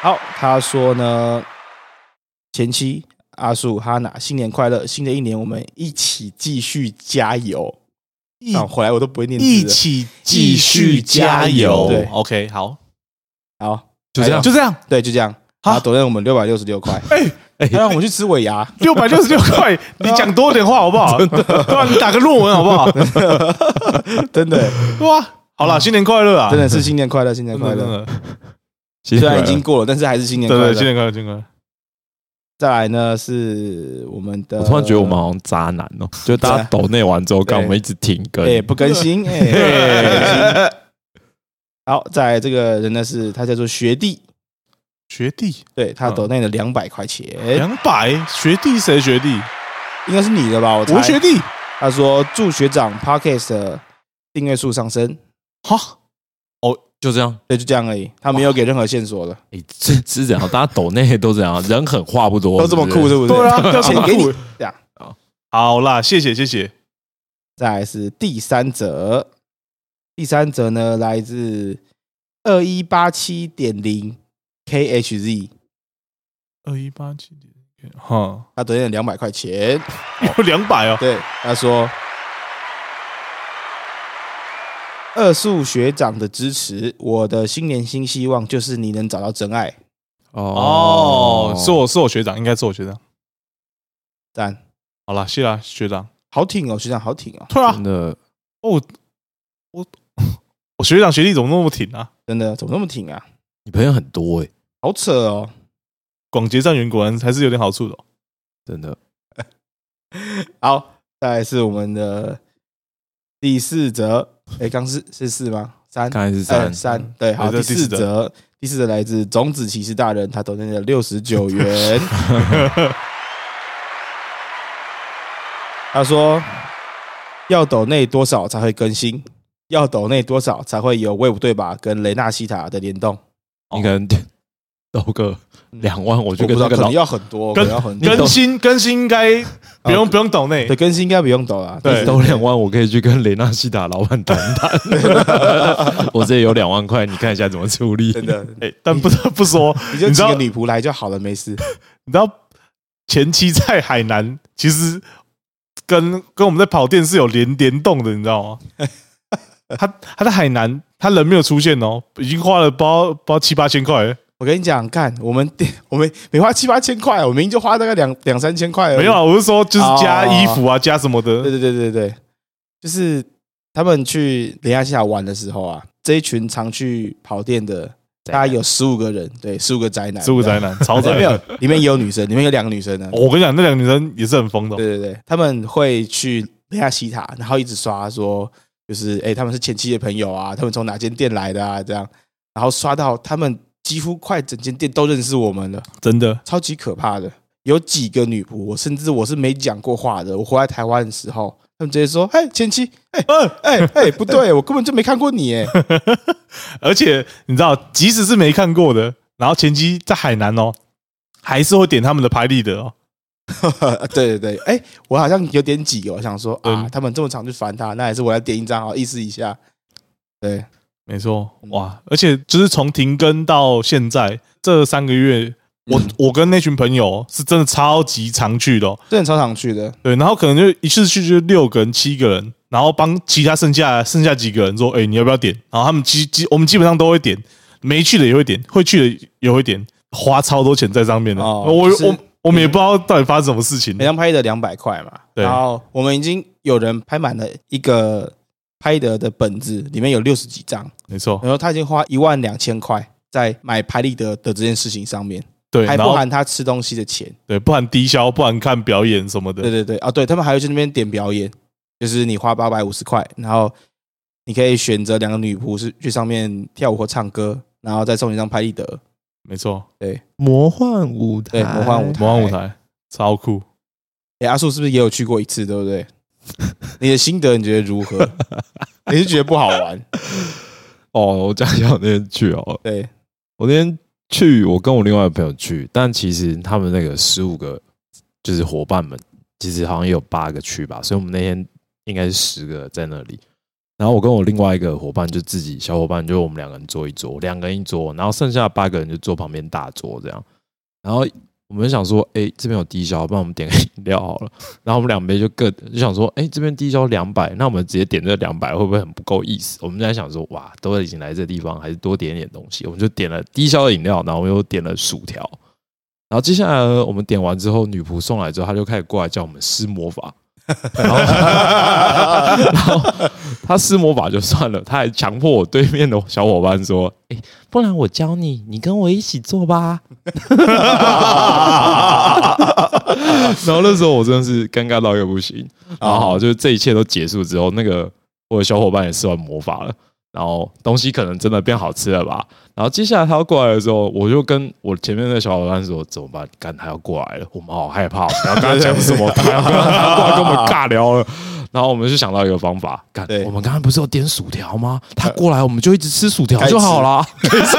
A: 好，他说呢，前妻阿树哈娜，新年快乐！新的一年我们一起继续加油。
C: 一
A: 啊，回来我都不会念
C: 一
A: 字了。
C: 起
B: 继续加油
A: 对
C: ，OK，好，
A: 好，
B: 就这样
C: 就这样。
A: 对，就这样。
C: 好
A: 他抖内我们六百六十六块，
C: 哎，
A: 他让我们去吃尾
C: <laughs>
A: 牙。
C: 六百六十六块， <laughs> 你讲多点话好不好？对吧？你打个论文好不 <laughs> 好？
A: 真的，
C: 对啊，好啦，新年快乐啊！
A: 真的是新年快乐，新年
C: 真
A: 快
C: 的，真
A: 乐。
C: 的，
B: 谢谢
A: 虽然已经过了，但是还是新年
C: 对
A: 快
C: 对，
A: 乐。
C: 新年快乐，新年快乐。
A: 再来呢是我们的，
B: 我突然觉得我们好像渣男哦，就大家抖内完之后，
A: 呃对
B: 干我们一直停更
A: 哎、，不更新哎、
C: <laughs>
A: 不更新好，再来这个人呢是他叫做学弟，
C: 学弟
A: 对他
C: 嗯
A: 抖内了两百块钱，
C: 两百，学弟谁学弟？
A: 应该是你的吧？我猜
C: 我学弟，
A: 他说祝学长 Podcast 的订阅数上升，
C: 好，
B: 哦就这样。
A: 对，就这样而已，他没有给任何线索了，
B: 哎，这这是怎样？大家抖内都这样，啊人狠话不多，
A: 都这么酷
B: 是
A: 是不是？
C: 对
A: <laughs>
C: 啊，要
A: 钱
C: 钱
A: 给
C: 给
A: 你
C: 你。
A: 这样。
C: 好啦，谢谢谢谢。
A: 再来是第三则，第三则呢来自二一八七点零 KHZ，
C: 二一八七点，哈，
A: 他抖内了两百块钱。
C: 有哦两百哦，
A: 对，他说二树学长的支持，我的新年新希望就是你能找到真爱。
B: 不是？
C: 哦，是我是我学长，应该是我学长。
A: 赞，
C: 好啦，谢啦，学长。
A: 好挺哦，学长好挺哦，
C: 突然
B: 真的
C: 哦，我我学长学弟怎么那么挺啊？
A: 真的怎么那么挺啊？
B: 你朋友很多哎，
A: 好扯哦。
C: 广结善缘果然还是有点好处的哦。
B: 真的
A: 好，再来是我们的第四则，哎，刚是是四吗？三，
B: 刚才是
A: 呃
B: 三
A: 三，对，好，
C: 嗯对
A: 第四
C: 这第四则
A: 则，第四则来自种子骑士大人，他抖内了六十九
C: <laughs>
A: 元。他说：“要抖内多少才会更新？要抖内多少才会有魏武对吧跟雷纳西塔的联动？
B: 你可能 <laughs> 抖个两万，我
A: 嗯我
B: 就
A: 不
B: 跟
A: 知
B: 那
A: 道
B: 个
A: 可
B: 老
A: 能要很多，可
C: 跟
A: 能要很多。
C: 更新更新应该不用不用抖内
A: 对，更新应该不用抖啦。
C: 对
A: 但是
B: 抖两万，我可以去跟雷纳西达老板谈
A: <laughs>
B: <laughs> 谈。我这里有两万块，你看一下怎么处理。
A: 真
C: <laughs>
A: 的，
C: 哎，但不得不说，
A: 你就
C: 你
A: 几
C: 知道
A: 个女仆来就好了，没事。
C: 你知道前期在海南其实跟跟我们在跑店是有联联动的，你知道吗？他他在海南，他人没有出现哦，已经花了包包七八千块了，
A: 我跟你讲，看我们店，我们每花七八千块，我明明就花大概两两三千 <laughs> 块而已。
C: 没有啊，我是说就是加
A: 哦
C: 衣服啊，加什么
A: 对
C: 的，
A: 对对对对，就是他们去雷亚西亚玩的时候啊，这一群常去跑店的，大概有十五个人，对，十五个宅男，
C: 十五宅男，超
A: 对，
C: 宅
A: 没
C: 男。
A: 有，里面也有女生，
C: <laughs>
A: 里面有两个女生呢。
C: 哦我跟你讲，那两个女生也是很疯的哦，
A: 对对对，他们会去雷亚西塔，然后一直刷说，就是哎、诶他们是前妻的朋友啊，他们从哪间店来的啊，这样，然后刷到他们几乎快整间店都认识我们了，
C: 真的。
A: 超级可怕的。有几个女仆，我甚至我是没讲过话的。我回来台湾的时候，他们直接说：“哎，前妻，哎
C: 嗯，
A: 哎哎，不对，我根本就没看过你。”
C: <laughs>
A: 哎，
C: 而且你知道，即使是没看过的，然后前期在海南哦，还是会点他们的拍立得哦。
A: 对对对，哎，我好像有点几个，我想说啊
C: 嗯，
A: 他们这么常去烦他，那还是我来点一张好意思一下。对，
C: 没错，哇！而且就是从停更到现在这三个月，我、我跟那群朋友哦是真的超级常去的、哦，
A: 这很超常去的。
C: 对，然后可能就一次去就六个人、七个人，然后帮其他剩下剩下几个人说，哎、你要不要点？然后他们基基我们基本上都会点，没去的也会点，会去的也会点，花超多钱在上面的。
A: 哦
C: 我
A: 就是嗯哎
C: 我我们也不知道到底发生什么事情
A: 每。张拍的两百块嘛，
C: 对
A: 然后我们已经有人拍满了一个拍的的本子，里面有六十几张，
C: 没错，
A: 然后他已经花一万两千块在买拍立得的这件事情上面，
C: 对，
A: 还
C: 然
A: 不
C: 后
A: 含他吃东西的钱。
C: 对，不含低消，不含看表演什么的
A: 对。对对，啊，对他们还会去那边点表演，就是你花八百五十块，然后你可以选择两个女仆是去上面跳舞或唱歌，然后再送你一张拍立得。
C: 没错，
B: 魔幻舞台，
A: 对魔幻舞台
C: 魔幻舞台超酷。
A: 哎，阿树是不是也有去过一次，对不对？你的心得你觉得如何？ <laughs> 你是觉得不好玩？
B: 哦，我讲一下我那天去哦，
A: 对，
B: 我那天去，我跟我另外的朋友去，但其实他们那个十五个就是伙伴们，其实好像也有八个去吧，所以我们那天应该是十个在那里。然后我跟我另外一个伙伴就自己小伙伴，就我们两个人坐一桌，两个人一桌，然后剩下的八个人就坐旁边大桌这样。然后我们就想说，哎、这边有低消，不然我们点个饮料好了。然后我们两杯就各就想说，哎、这边低消两百，那我们直接点这两百会不会很不够意思？我们在想说，哇，都已经来这地方，还是多点点东西。我们就点了低消的饮料，然后我们又点了薯条。然后接下来呢我们点完之后，女仆送来之后，她就开始过来叫我们施魔法。然后，然后她施魔法就算了，她还强迫我对面的小伙伴说：“哎、不然我教你，你跟我一起做吧。”然后那时候我真的是尴尬到一个不行。然后好，就是这一切都结束之后，那个我的小伙伴也试完魔法了，然后东西可能真的变好吃了吧。然后接下来他要过来的时候，我就跟我前面的小伙伴说：“怎么办？干他要过来了，我们好害怕哦。”然后跟他讲什么，他要跟他要过来跟我们尬聊了。然后我们就想到一个方法，干
A: 对
B: 我们刚刚不是有点薯条吗？他过来我们就一直吃薯条
A: 该吃
B: 就好啦。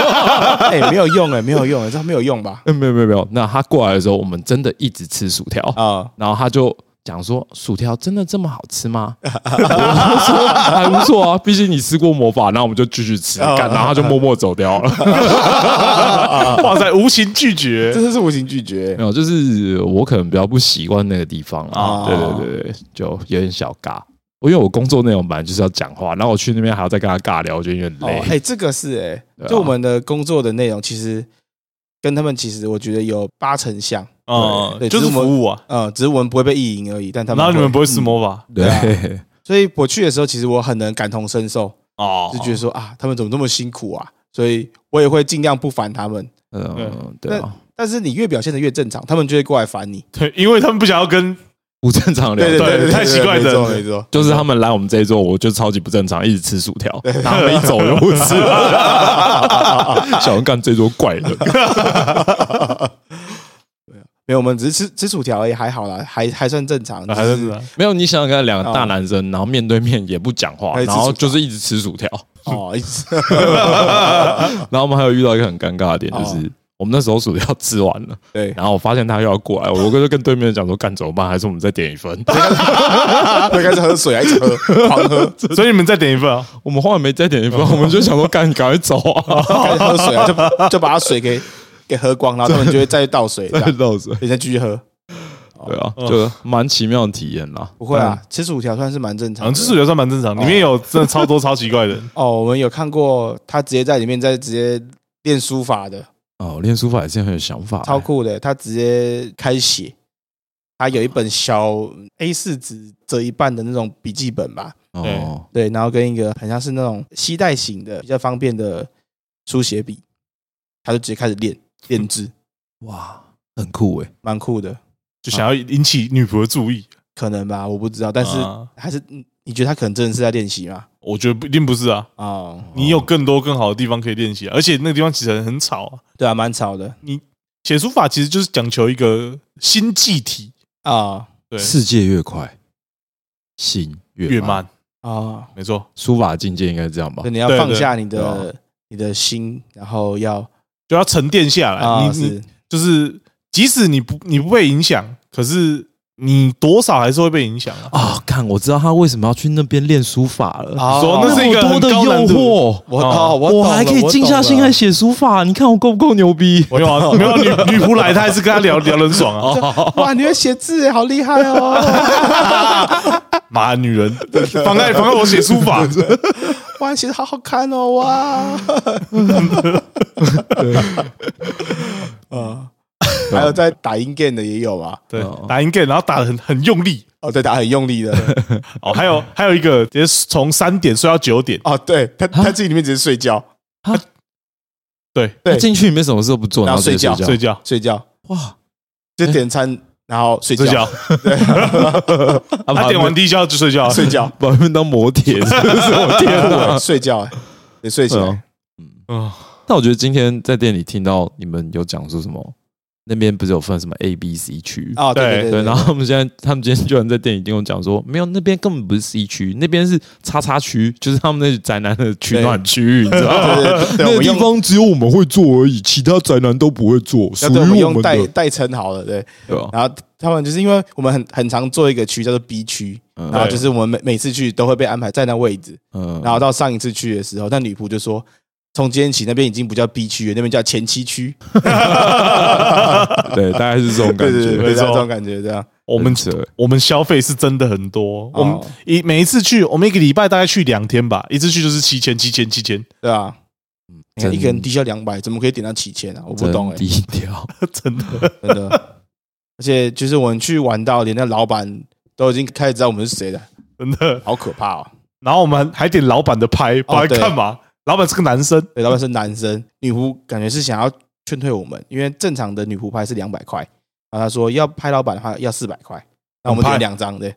A: <laughs> 哎、没有用哎、没有用哎、这样没有用吧？
B: 嗯， <laughs> 没有没有没有。那他过来的时候，我们真的一直吃薯
A: <laughs>
B: 条。
A: 啊、
B: 然后他就讲说：“薯条真的这么好吃吗？”我就说：“还不错啊，毕竟你吃过魔法，那我们就继续吃。”
A: 啊
B: 干，然后他就默默走掉了。
C: 哇塞，无情拒绝
A: 这，真是无情拒绝
B: 没有，就是我可能比较不习惯那个地方
A: 啊
B: 啦。对对对对，就有点小尬。因为我工作内容本来就是要讲话，然后我去那边还要再跟他尬聊，我觉得有点
A: 哦。哎、
B: 累。
A: 这个是哎、
B: 对啊
A: 就我们的工作的内容，其实跟他们其实我觉得有八成像，
C: 哦
A: 对，
C: 就是
A: 只是我们
C: 服务啊。
A: 呃，只是我们不会被意淫而已。但他们
C: 然后你们不
A: 会，
C: 会施魔法
A: 对啊
B: 对，
A: 所以我去的时候，其实我很能感同身受，
C: 哦
A: 就觉得说啊，他们怎么这么辛苦啊？所以我也会尽量不烦他们。
B: 嗯，对啊，
A: 但是你越表现的越正常，他们就会过来烦你。
C: 对，因为他们不想要跟
B: 不正常聊
A: 对
B: 天。
C: 对
A: 对，
C: 太奇怪
A: 没
C: 的
A: 错没错。
B: 就是他们来我们这一桌，我就超级不正常，一直吃薯条，然后他们一走就 <laughs> 不吃了。 <laughs> 小人干这桌怪人，
A: <laughs> 没有，我们只是吃吃薯条也还好啦，还还算正常，
C: 啊还
A: 只
C: 是
B: 没有，你想想看，两个大男生，然后面对面也不讲话，
A: 哦还一直
B: 然
A: 吃
B: 后就是一直吃薯条，
C: <laughs>
A: 哦，一直
B: 然后我们还有遇到一个很尴尬的点，就
A: 哦
B: 是我们那时候薯条吃完了，
A: 对，
B: 然后我发现他又要过来，我哥就跟对面讲说干怎么办？还是我们再点一份？
A: 会开始喝水，还一直喝， <laughs> 狂喝，
C: 所以你们再点一份啊！
B: 我们后来没再点一份，我们就想说干赶快走啊，
A: 开始喝水啊，就就把他水给给喝光，然后他们就会再倒水，这
B: 再
A: 样，
B: 绕着。
A: 你再继续喝。
B: 对啊，就蛮奇妙的体验啦。
A: 不会啊，吃薯条算是蛮正常
C: 嗯好像
A: 的。
C: 吃薯条算蛮正
A: 哦
C: 常，里面有真的超多超奇怪
A: <laughs>
C: 的人
A: 哦，我们有看过他直接在里面再直接练书法的，
B: 哦，练书法也是很有想
C: 哎
B: 法、
A: 超酷的，他直接开始写。他有一本小 A 四纸折一半的那种笔记本吧，
B: 哦，
A: 对，然后跟一个很像是那种吸带型的比较方便的书写笔，他就直接开始练练字，
B: 哇，很酷哎、
A: 蛮酷的，
C: 就想要引起女仆的注意。
A: 可能吧，我不知道，但是
C: 啊
A: 还是嗯你觉得他可能真的是在练习吗？
C: 我觉得不一定不是啊，
A: 哦，
C: 你有更多更好的地方可以练习啊，而且那个地方其实很很吵啊。
A: 对啊，蛮吵的
C: 写书法其实就是讲求一个新技体，
A: 啊
C: 对，
B: 世界越快，心越
C: 越慢，
A: 啊，
C: 没错，
B: 书法境界应该是这样吧
A: 所以？你要
C: 对
A: 放
C: 对
A: 下你
B: 对
A: 的你的心，然后要
C: 就要沉淀下来。
A: 啊
C: 你你
A: 是
C: 就是，即使你不你不被影响，可是你多少还是会被影响啊。
B: 啊、看我知道他为什么要去那边练书法了，
A: 啊
C: 说那
B: 那
C: 是一个
B: 么多
C: 很
B: 的
C: 高难
B: 诱
C: 度。
B: 惑，
A: 我
C: 哦
A: 哦，我
B: 我
A: 懂
B: 还
A: 了
B: 可以静下心来
A: 我
B: 写书法，你看我够不够牛逼？
C: 没有啊，没有啊
A: <laughs>
C: 女女仆来，她还是跟她聊聊得很爽啊。
A: 懂了哇，你会写字耶，好厉害哦！ <laughs>
C: 妈，女人妨碍妨碍我写书
A: <laughs>
C: 法，
A: 哇，你写的好好看哦，哇！嗯，还有在打音 game 的也有吧？
C: 对
B: 哦，
C: 打 in game，然后打的很很用力
A: 哦，对，打很用力的。
C: 哦。
A: <laughs>
C: 还有还有一个，直接从三点睡到九点，
A: 哦，对他他自己里面只是睡觉，
C: 对，
A: 对
B: 进去里面什么事都不做，
A: 然
B: 然
A: 后
B: 后直接
A: 睡觉
B: 睡
C: 睡
B: 觉，
C: 觉
A: 睡觉
B: 哇！
A: 就点餐，然后睡
C: 睡觉
A: 觉，，
B: 啊
C: 他点完第一觉就睡觉，
A: 睡
B: <laughs>
A: 觉，
B: 把他们当磨铁，真的是我天哪！
A: 睡觉，得睡起
B: 对
A: 来。
B: <laughs> 啊
C: 嗯，
B: 但我觉得今天在店里听到你们有讲说什么，那边不是有分什么 A、B、C 区？
A: 哦，对对
C: 对
B: 对，然后他们现在，他们今天居然在店里跟我讲说，没有，那边根本不是 C 区，那边是叉叉区，就是他们那宅男的取暖区域，你知道吗？
A: 对对
B: <laughs>
A: 对，
B: 那
A: 我
B: 个
A: 们
B: 地
A: 用
B: 方只有我们会做而已，其他宅男都不会做，属
A: 那对，我们
B: 于
A: 用
B: 们
A: 代
B: 的，
A: 代称好了，对。
B: 对吧？
A: 然后他们就是因为我们很很常做一个区叫做 B 区，
B: 嗯
A: 然后就是我们每每次去都会被安排在那位置。 <laughs>
B: 嗯
A: 然后到上一次去的时候，那女仆就说，从今天起那边已经不叫 B 区了，那边叫前期区。
B: 对，大概 <laughs> 是这种感
A: 对对对，
B: 觉。 <laughs>
A: 对啊
C: 没错
A: 这种感觉这样。
C: 我们
B: 扯，
C: 我们消费是真的很多，我们
A: 哦
C: 一每一次去，我们一个礼拜大概去两天吧，一次去就是七千、七千、七千，
A: 对啊，你看
B: 嗯真
A: 一个人低消两百，怎么可以点到七千啊？我不懂哎、
B: 真低调， <laughs>
C: 真的。
A: 真的。而且就是我们去玩到连那老板都已经开始知道我们是谁了，
C: 真的。
A: 好可怕哦！
C: 然后我们还点老板的拍，不
A: 哦
C: 然
A: 对
C: 干嘛？老板是个
A: <laughs>
C: 男生， <laughs>
A: 对，老板是男生，女仆感觉是想要劝退我们，因为正常的女仆拍是两百块，然后他说要拍老板的话要四百块，那我们
C: 很
A: 点两
C: 拍
A: 张对，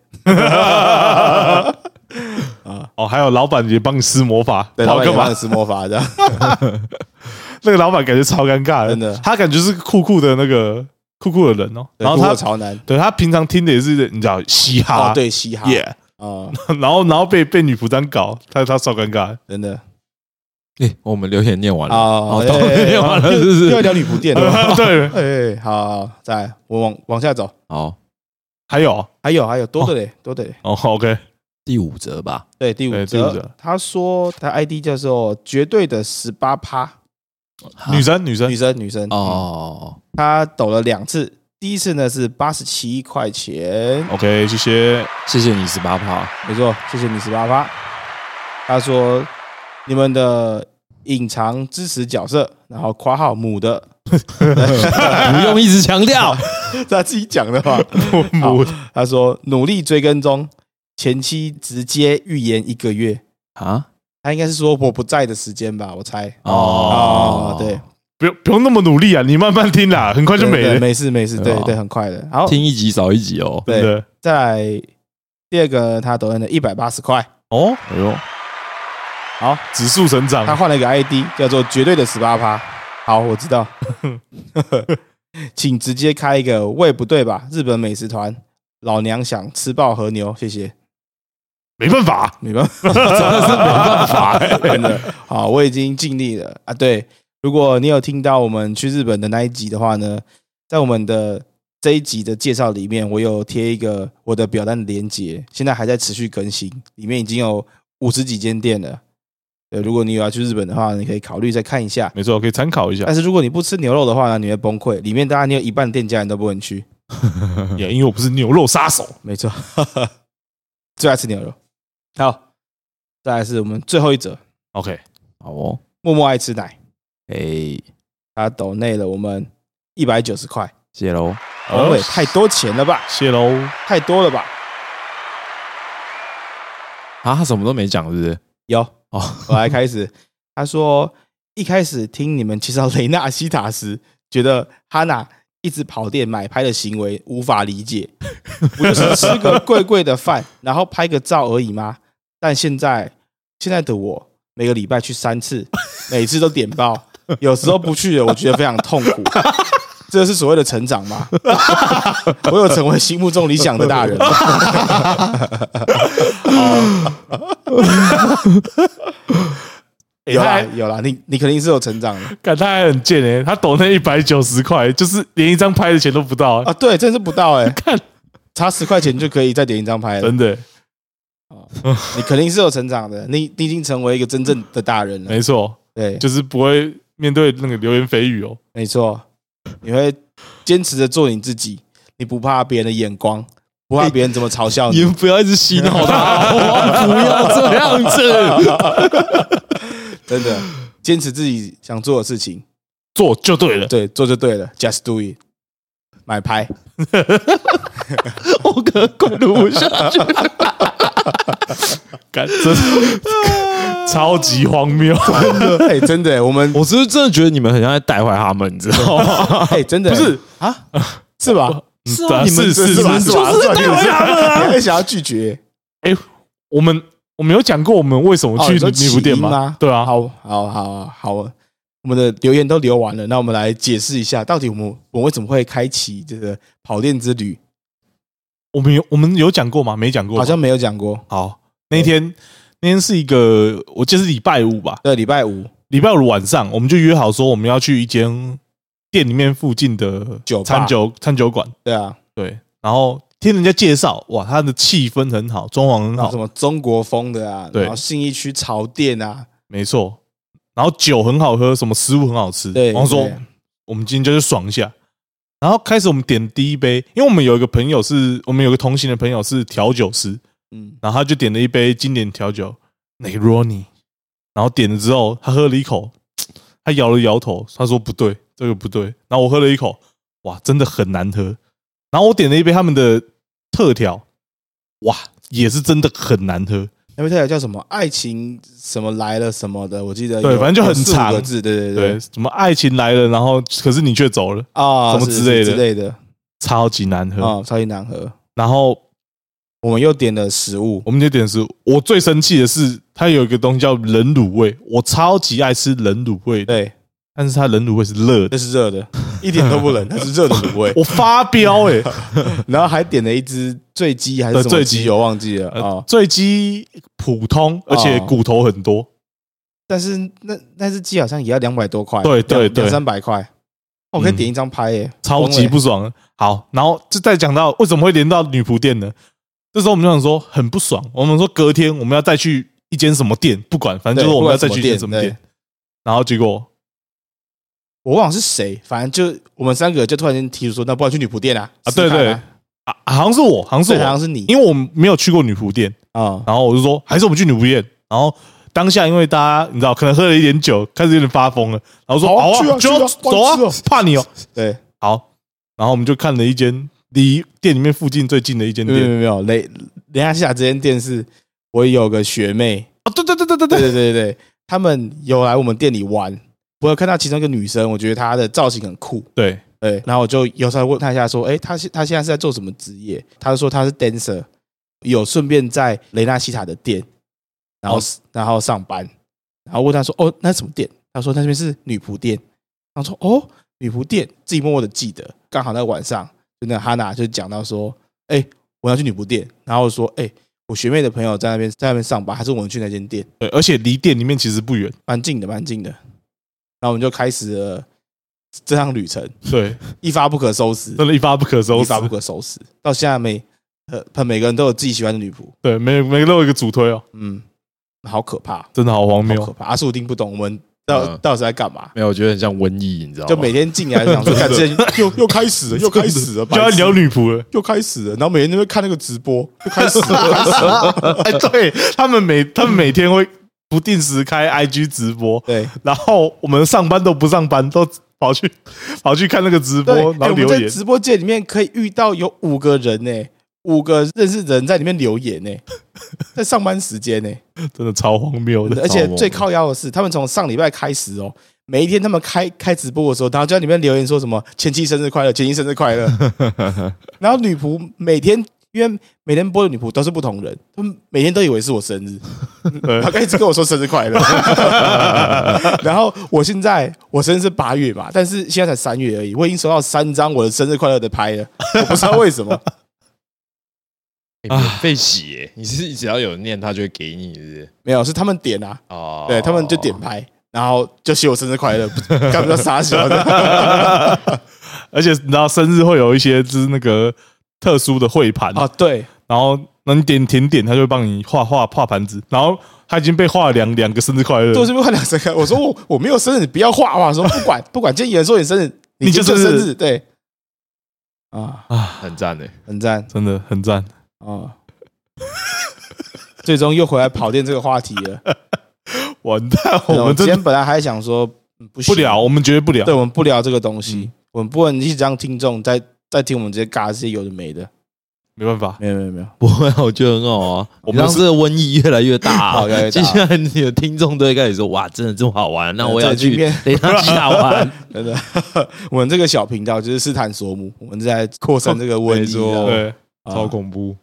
A: 啊
C: 哦，还有老板也帮你施魔法，
A: 对，
C: 跑
A: 老板
C: 干嘛
A: 干？是魔法的，
C: 那个老板感觉超尴尬的，
A: 真的
C: 他感觉是个酷酷的那个酷酷的人哦。然后他
A: 潮男
C: 对他平常听的也是你知道嘻哈，
A: 哦，对嘻哈，
C: 耶，
A: 哦，
C: <laughs> 然后然后被被女仆这样搞，他他超尴尬。
A: 真的
B: 哎，我们留言念完了，
A: 啊，
B: 哦，
A: 哎
B: 到念完了是不
A: <laughs> 又要
B: 是？
A: 聊女仆店了。
C: <laughs> 对，
A: 哎，好，好再来我往往下走，
B: 好，
C: 还有
A: 还有还有多的嘞，多的嘞。
C: 哦，OK，
B: 第五折吧，
A: 对，第五
C: 对第五
A: 则
C: 则，
A: 他说他 ID 叫做绝对的十八趴，
B: 啊
C: 女生女
A: 女
C: 生
A: 生女生哦，
B: 哦，
A: 他抖了两次，第一次呢是八十七块钱，
C: ，OK，
A: <laughs>
C: 谢谢。
B: 谢谢你十八趴，
A: 没错，谢谢你十八趴。他说你们的隐藏支持角色，然后括号母的， <laughs>
B: 不用一直强调。
A: 他自己讲的话，
C: 母
A: 他说努力追跟踪，前期直接预言一个月。
B: 啊
A: 他应该是说我不在的时间吧，我猜。哦，
B: 哦
A: 对，
C: 不用不用那么努力啊，你慢慢听啦，很快就
A: 对
C: 没
A: 对
C: 了。
A: 没事没事，
B: 对
A: 对
B: 吧
A: 对，很快的。好，
B: 听一集少一集哦。
C: 真
A: 对，
C: 的
A: 再来第二个，他抖音的一百八十块，
C: 哦，
B: 哎呦，
C: 指数成长
A: 他换了一个 ID 叫做绝对的十八趴。好，我知
C: <laughs>
A: 道，请直接开一个胃不对吧？日本美食团，老娘想吃爆和牛，谢谢。
C: 没办法，
A: 没办法，真 <laughs> 的是没办法、真的。好，我已经尽力了啊。对，如果你有听到我们去日本的那一集的话呢，在我们的这一集的介绍里面，我有贴一个我的表单的连接，现在还在持续更新，里面已经有五十几间店了。对，如果你有要去日本的话，你可以考虑再看一下。
C: 没错，可以参考一下
A: 但。是如果你不吃牛肉的话呢，你会崩溃。里面大概你有一半店家人都不能去。
C: 也因为我不是牛肉杀手，
A: 没 <laughs> 错，最爱吃牛肉。好，再来是我们最后一则，
C: OK，
B: 好哦，
A: 默默爱吃奶，
B: 哎，
A: 他抖内了我们一百九十块，
B: 谢喽，
A: 哦，也太多钱了吧，
C: 谢喽。
A: 太多了吧？
B: 啊，他什么都没讲，是不是？
A: 有，
B: 哦，
A: 我来开始。他说一开始听你们介绍雷纳西塔时，觉得哈娜一直跑店买拍的行为无法理解，不就是吃个贵贵的饭，然后拍个照而已吗？但现在现在的我，每个礼拜去三次，每次都点爆，有时候不去了，我觉得非常痛苦。这是所谓的成长吗？我有成为心目中理想的大人吗。
C: 欸
A: <laughs> 有
C: 他
A: 啦
C: 还
A: 有啦，你你肯定是有成长的
C: 看他还很贱哎、他抖那一百九十块，就是连一张拍的钱都不到、
A: 啊！对，真是不到哎、
C: <laughs> 看
A: 差十块钱就可以再点一张牌了。
C: 真的欸、
A: 你肯定是有成长的，你你已经成为一个真正的大人了。
C: 没错，
A: 对，
C: 就是不会面对那个流言蜚语哦。
A: 没错，你会坚持着做你自己，你不怕别人的眼光，不
C: 哎
A: 怕别人怎么嘲
C: 哦
A: 笑
B: 你
A: 你。
B: 们不要一直洗脑他，
C: <laughs>
B: 好不好不要这样子。
A: 真的，坚持自己想做的事情，
C: 做就对了，
A: 对，做就对了，just do it。买牌，
B: 我可能快录不下去。
C: <laughs> 干真的超级荒谬，
A: <laughs> 哎，真的，我们
B: 我是不是真的觉得你们很像在带坏他们，你知道吗？
A: 哎，真的
C: 不是
A: 啊，是吧？
B: 是
C: 对
B: 啊，
C: <laughs> 啊
B: 你们
C: 是是
B: 你们
C: 是
B: 就是在带坏他们啊。
A: 我也哎想要拒绝。
C: 我们我们有讲过我们为什么
A: 哦
C: 去
A: 你说
C: 女仆店
A: 起因
C: 吗
A: 吗？
C: 对啊，
A: 好好好好，我们的留言都留完了，那我们来解释一下，到底我们我们为什么会开启这个跑店之旅？
C: 我们有我们有讲过吗？没讲过吧，
A: 好像没有讲过。
C: 好。那天那天是一个，我记得是礼拜五吧，
A: 对，礼拜五
C: 礼拜五晚上我们就约好说我们要去一间店里面附近的
A: 酒吧
C: 餐酒餐酒馆，
A: 对啊，
C: 对，然后听人家介绍，哇，它的气氛很好，装潢很
A: 然后什
C: 好，
A: 么中国风的啊，
C: 对
A: 然后信义区潮店啊，
C: 没错，然后酒很好喝，什么食物很好吃，
A: 对，
C: 然后说
A: 对
C: 我们今天就是爽一下。然后开始我们点第一杯，因为我们有一个朋友是，我们有个同行的朋友是调酒师，
A: 嗯，
C: 然后他就点了一杯经典调酒 Negroni，然后点了之后，他喝了一口，他摇了摇头，他说不对，这个不对。然后我喝了一口，哇，真的很难喝。然后我点了一杯他们的特调，哇，也是真的很难喝。
A: 那位太太叫什么？爱情什么来了什么的，我记得
C: 对
A: 有
C: 反正就很
A: 有四五
C: 长
A: 个字，对对
C: 对，什么爱情来了，然后可是你却走了，
A: 啊，
C: 什么
A: 是
C: 之类的
A: 是之类的
C: 超级难喝。
A: 啊，超级难喝。
C: 然后
A: 我们又点了食物
C: 我们就点是，我最生气的是，它有一个东西叫冷卤味，我超级爱吃冷卤味，
A: 对，
C: 但是它冷卤味是热的
A: 那，是热的，一点都不冷，那是热的卤味。
C: 我发飙哎、欸！
A: 然后还点了一只醉鸡还是什
C: 对
A: 么
C: 醉鸡
A: 鸡，我忘记了啊、
C: 呃醉鸡普通，而且
A: 哦
C: 骨头很多，
A: 但是那那只鸡好像也要两百多块，
C: 对对
A: 两
C: 对嗯
A: 两三百块，哦我可以点一张拍耶、
C: 超级不爽。好，然后就再讲到为什么会连到女仆店呢？这时候我们就想说很不爽，我们说隔天我们要再去一间什么店，不管，反正就是
A: 对
C: 我们要
A: 不管什
C: 再
A: 么
C: 去一间什么
A: 店
C: 店。然后结果
A: 我忘了是谁，反正就我们三个就突然间提出说，那不然去女仆店啊？
C: 啊，
A: 试试
C: 对
A: 看
C: 对，
A: 啊
C: 啊，好像是我，好像是
A: 对，好
C: 我
A: 像，是你
C: 因为我没有去过女仆店。
A: 啊、
C: 然后我就说，还是我们去女仆店。然后当下因为大家你知道，可能喝了一点酒，开始有点发疯了，然后说
A: 好啊
C: 好
A: 去
C: 啊，
A: 啊
C: 就要
A: 去啊不
C: 走啊
A: 然吃啊，
C: 怕你哦。
A: 对，
C: 好，然后我们就看了一间离店里面附近最近的一间
A: 没有没有
C: 店。
A: 没有，雷雷亚西亚这间店是我有个学妹，
C: 哦，对对对对对
A: 对
C: 对，
A: 对对对，他们有来我们店里玩，我有看到其中一个女生，我觉得她的造型很酷，
C: 对
A: 对，然后我就有时候问他一下说，哎，他现他现在是在做什么职业？他就说他是 dancer，有顺便在雷纳西塔的店，然后、
C: 哦
A: 然后上班，然后问他说，哦，那是什么店？他说那边是女仆店。然后说，哦，女仆店，自己默默的记得，刚好那个晚上，就那哈娜就讲到说，哎，我要去女仆店，然后我说，哎，我我学妹的朋友在那边在那边上班，还是我们去那间店，
C: 对，而且离店里面其实不远，
A: 蛮近的，蛮近的。然后我们就开始了这趟旅程，
C: 对，
A: 一发不可收拾，
C: 真的，一发不可收
A: 一
C: 拾。
A: 发不可收拾。到现在每呃，他每个人都有自己喜欢的女仆，
C: 对，每每个都有一个主推哦，
A: 嗯，好可怕，
C: 真的好
A: 好
C: 荒
A: 可
C: 谬。哦
A: 怕。阿树一定不懂我们到、
B: 嗯
A: 到底是在干嘛，
B: 没有，我觉得很像瘟疫，你知道吗？
A: 就每天进来想说，看这又又开始 <laughs> 了，又开始了，
C: 就要
A: 白痴
C: 聊女仆了，
A: 又开始了，然后每天都会看那个直播，又开始了，
C: 哎， <laughs> 对他们每他们每天会不定时开 IG 直播，
A: <laughs> 对。
C: 然后我们上班都不上班，都跑去 <laughs> 跑去看那个直播
A: 对，，
C: 然
A: 哎
C: 后
A: 我们
C: 留
A: 在
C: 言。
A: 直播间里面可以遇到有五个人呢、五个认识的人在里面留言呢、在上班时间呢、
C: 真的超荒谬的。
A: 而且
B: 超
C: <laughs>
B: 猛
A: 最靠腰的是，他们从上礼拜开始哦，每一天他们开开直播的时候，然后就在里面留言说什么“前妻生日快乐，前妻生日快乐”，然后女仆每天。因为每天播的女仆都是不同人，他们每天都以为是我生日，
C: 对
A: 他一直跟我说生日快乐。然后我现在我生日是八月嘛，但是现在才三月而已，我已经收到三张我的生日快乐的拍了，我不知道为什么。
B: 哎免费洗耶，你是只要有念，他就会给你，是不是？
A: 没有，是他们点啊，
B: 哦，
A: 对他们就点拍，然后就写我生日快乐，不干不到傻小的
C: 而且 <laughs> 你知道生日会有一些就是那个特殊的会盘，
A: 啊，对，
C: 然后那你点甜点，他就会帮你画画画盘子，然后他已经被画了两两个生日快乐，
A: 就是快两生日，我说我我没有生日，你不要画画，我说不管 <laughs> 不管，今天有人说你生日，
C: 你
A: 就
C: 就是
A: 生日，对，啊，
B: 很赞的。
A: 很赞
C: 真的很赞。
A: 啊，最终又回来跑店这个话题了。
C: 完
A: <laughs>
C: 蛋，
A: 我
C: 我们
A: 们今
C: 真
A: 天本来还想说嗯不
C: 不
A: 行
C: 聊，，我们绝对不聊
A: 对，。我们不聊这个东西，我们不能一直让听众在在听我们这些尬这些有的没的，
C: 没办法，
A: 没有没有没有，
B: 不会啊，我觉得很好啊。
C: 我
B: 我
C: 们
B: 们
C: 是
B: 这个瘟疫越来越大、啊
A: 好越来越大
B: 接下来你的听众都会开始说：“哇，真的这么好玩？那我要
A: 这
B: 去
A: 里面
B: 雷达吉打玩。
A: 真的， <laughs> 我们这个小频道就是斯坦索姆，我们在扩散这个瘟
B: 没
A: 疫
B: 错
A: 啊，
C: 对，
A: 啊
C: 超恐怖。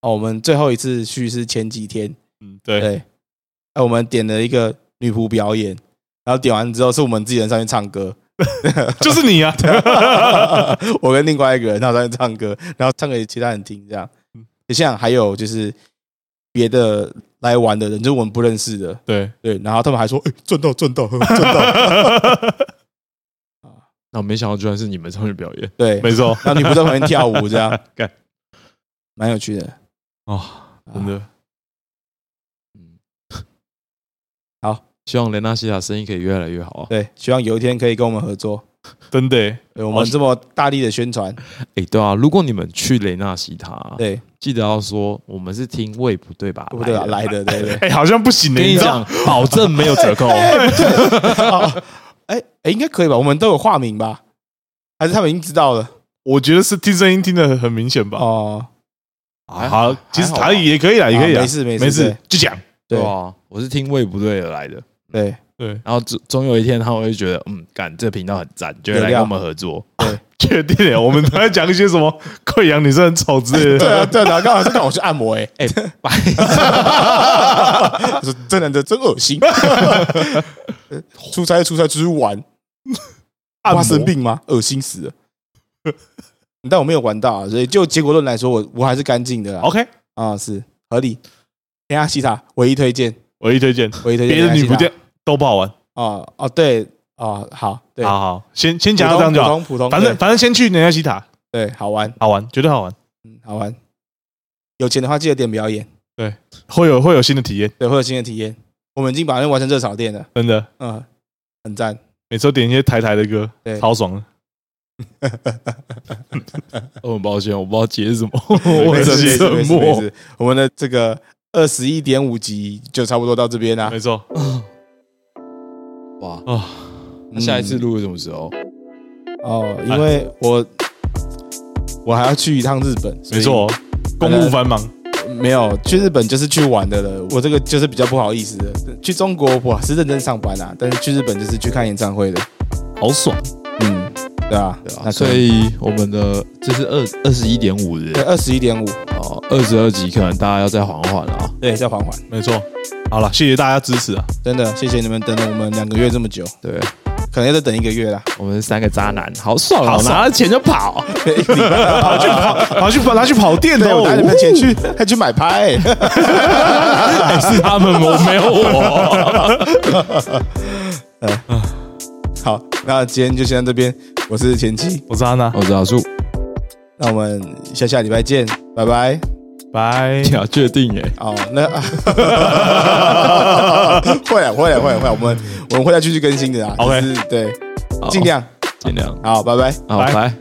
A: 哦，我们最后一次去是前几天，
C: 嗯，对，
A: 对，哎，我们点了一个女仆表演，然后点完之后是我们自己人上去唱歌，
C: 就是你
A: <laughs>
C: 啊，
A: 我跟另外一个人，然后在唱歌，然后唱给其他人听，这样
C: 嗯。
A: 像还有就是别的来玩的人，就是我们不认识的，
C: 对，
A: 对，然后他们还说，哎、赚到赚到呵赚到，
B: 那我没想到居然是你们上去表演，
A: 对，
C: 没错
A: 然后你不在旁边跳舞，这样
B: 干
A: 蛮有趣的。
C: 啊，真的
B: 希望雷纳西亚生意可以越来越好啊！
A: 对，希望有一天可以跟我们合作，
C: 真的欸
A: 对我们这么大力的宣传，
B: 哎、对啊，如果你们去雷纳西塔，
A: 对，
B: 记得要说我们是听魏不对吧？
A: 对不对啊？
B: 来
A: 来的，对对。
C: 哎，好像不行欸
B: 的，跟你
C: 知道
B: 讲，保证没有折扣。
A: 哦哎哎，应该可以吧？我们都有化名吧？还是他们已经知道了？
C: 我觉得是听声音听得很很明显吧。
A: 哦，
B: 还
C: 好，其实他也可以啦，也可以
A: 啊
C: 啦
A: 没，事没事
C: 没事，就讲。
A: 对
B: 对啊，我是听魏不对的来的。
A: 对
C: <laughs> 对，
B: 然后总总有一天他们会觉得，嗯，干这频道很赞，就会来跟我们合作。
C: 确定欸我们都在讲一些什么溃疡女生很丑之类
A: <laughs> 对
C: 的。
A: 啊对啊，然后刚好是让我去按摩哎、欸，
B: 哎、拜
A: 我说这男的真恶
C: <laughs>
A: 心，出差出差出去
C: <laughs>
A: 玩，
C: 按摩
A: 他生病吗？恶心死了。但我没有玩到、啊，所以就结果论来说，我我还是干净的啦。
C: OK，
A: 啊，是合理。天下西塔唯一推荐，
C: 唯一推荐
A: 唯一推荐
C: 别的女
A: 天下西塔
C: 仆店都不好玩。
A: 哦哦对哦好对，
C: 好好，先先
A: 普
C: 讲到
A: 通
C: 这
A: 普
C: 样就好。
A: 通普通，
C: 反正
A: 对
C: 反正先去人家西塔，
A: 对好玩，
C: 好玩，绝对好玩，
A: 嗯好玩。有钱的话记得点表演，
C: 会有会有新的体验，
A: 对，会有新的体验。我们已经把那边完成热炒店了，
C: 真的。
A: 嗯，很赞。
C: 每次都点一些台台的歌
A: 对，
B: <laughs>
C: 超爽的。
B: 我哦很抱歉，我不知道接
C: <laughs>
B: 什么，
A: 我
B: 我
A: 没
B: 很
A: 事没事
B: 沉
A: 没事没
B: 默。
A: 事，我们的这个二十一点五集就差不多到这边啦、
C: 没错，
B: 哇，
C: 啊，
B: 那下一次
A: 嗯
B: 录是什么时候？
A: 哦，因为我我还要去一趟日本，所以
C: 没错，公务繁忙，
A: 没有去日本就是去玩的了。我这个就是比较不好意思的，去中国我是认真上班啊，但是去日本就是去看演唱会的，
B: 好爽，
A: 嗯，对啊，
B: 对啊。
A: 那
B: 所以我们的这是二二十一点五日
A: 对二十一点五，
B: 哦，二十二集可能大家要再缓缓啊。
A: 对，再缓缓， <laughs>
C: 没错。好了，谢谢大家支持啊！
A: 真的谢谢你们等了我们两个月这么久，
B: 对，
A: 可能要再等一个 <laughs> 月啦。
B: 我们三个渣男，好爽
C: 好
B: 哦！
C: 爽
B: 拿了钱就跑，
C: 跑去跑，跑去跑，拿去跑店的
A: 对，
C: 哦，
A: 我拿你们钱 <laughs> 去，还去买拍、哎 <laughs>
B: 还是他们我没有我。
A: 哎好，那今天就先到这边，我是前妻，
C: 我是安娜，
B: 我是老 <laughs> 树，
A: 那我们下下礼拜见，拜拜。
C: 拜。
B: 要确定耶，
A: 哦，那、 <laughs> 会啊会啊会啊会啊，我们我们会再继续更新的啊。
C: OK
A: 只是对，
B: 好
A: 尽量
B: 尽量
A: 好，拜拜。
B: 好
C: 拜
B: 拜。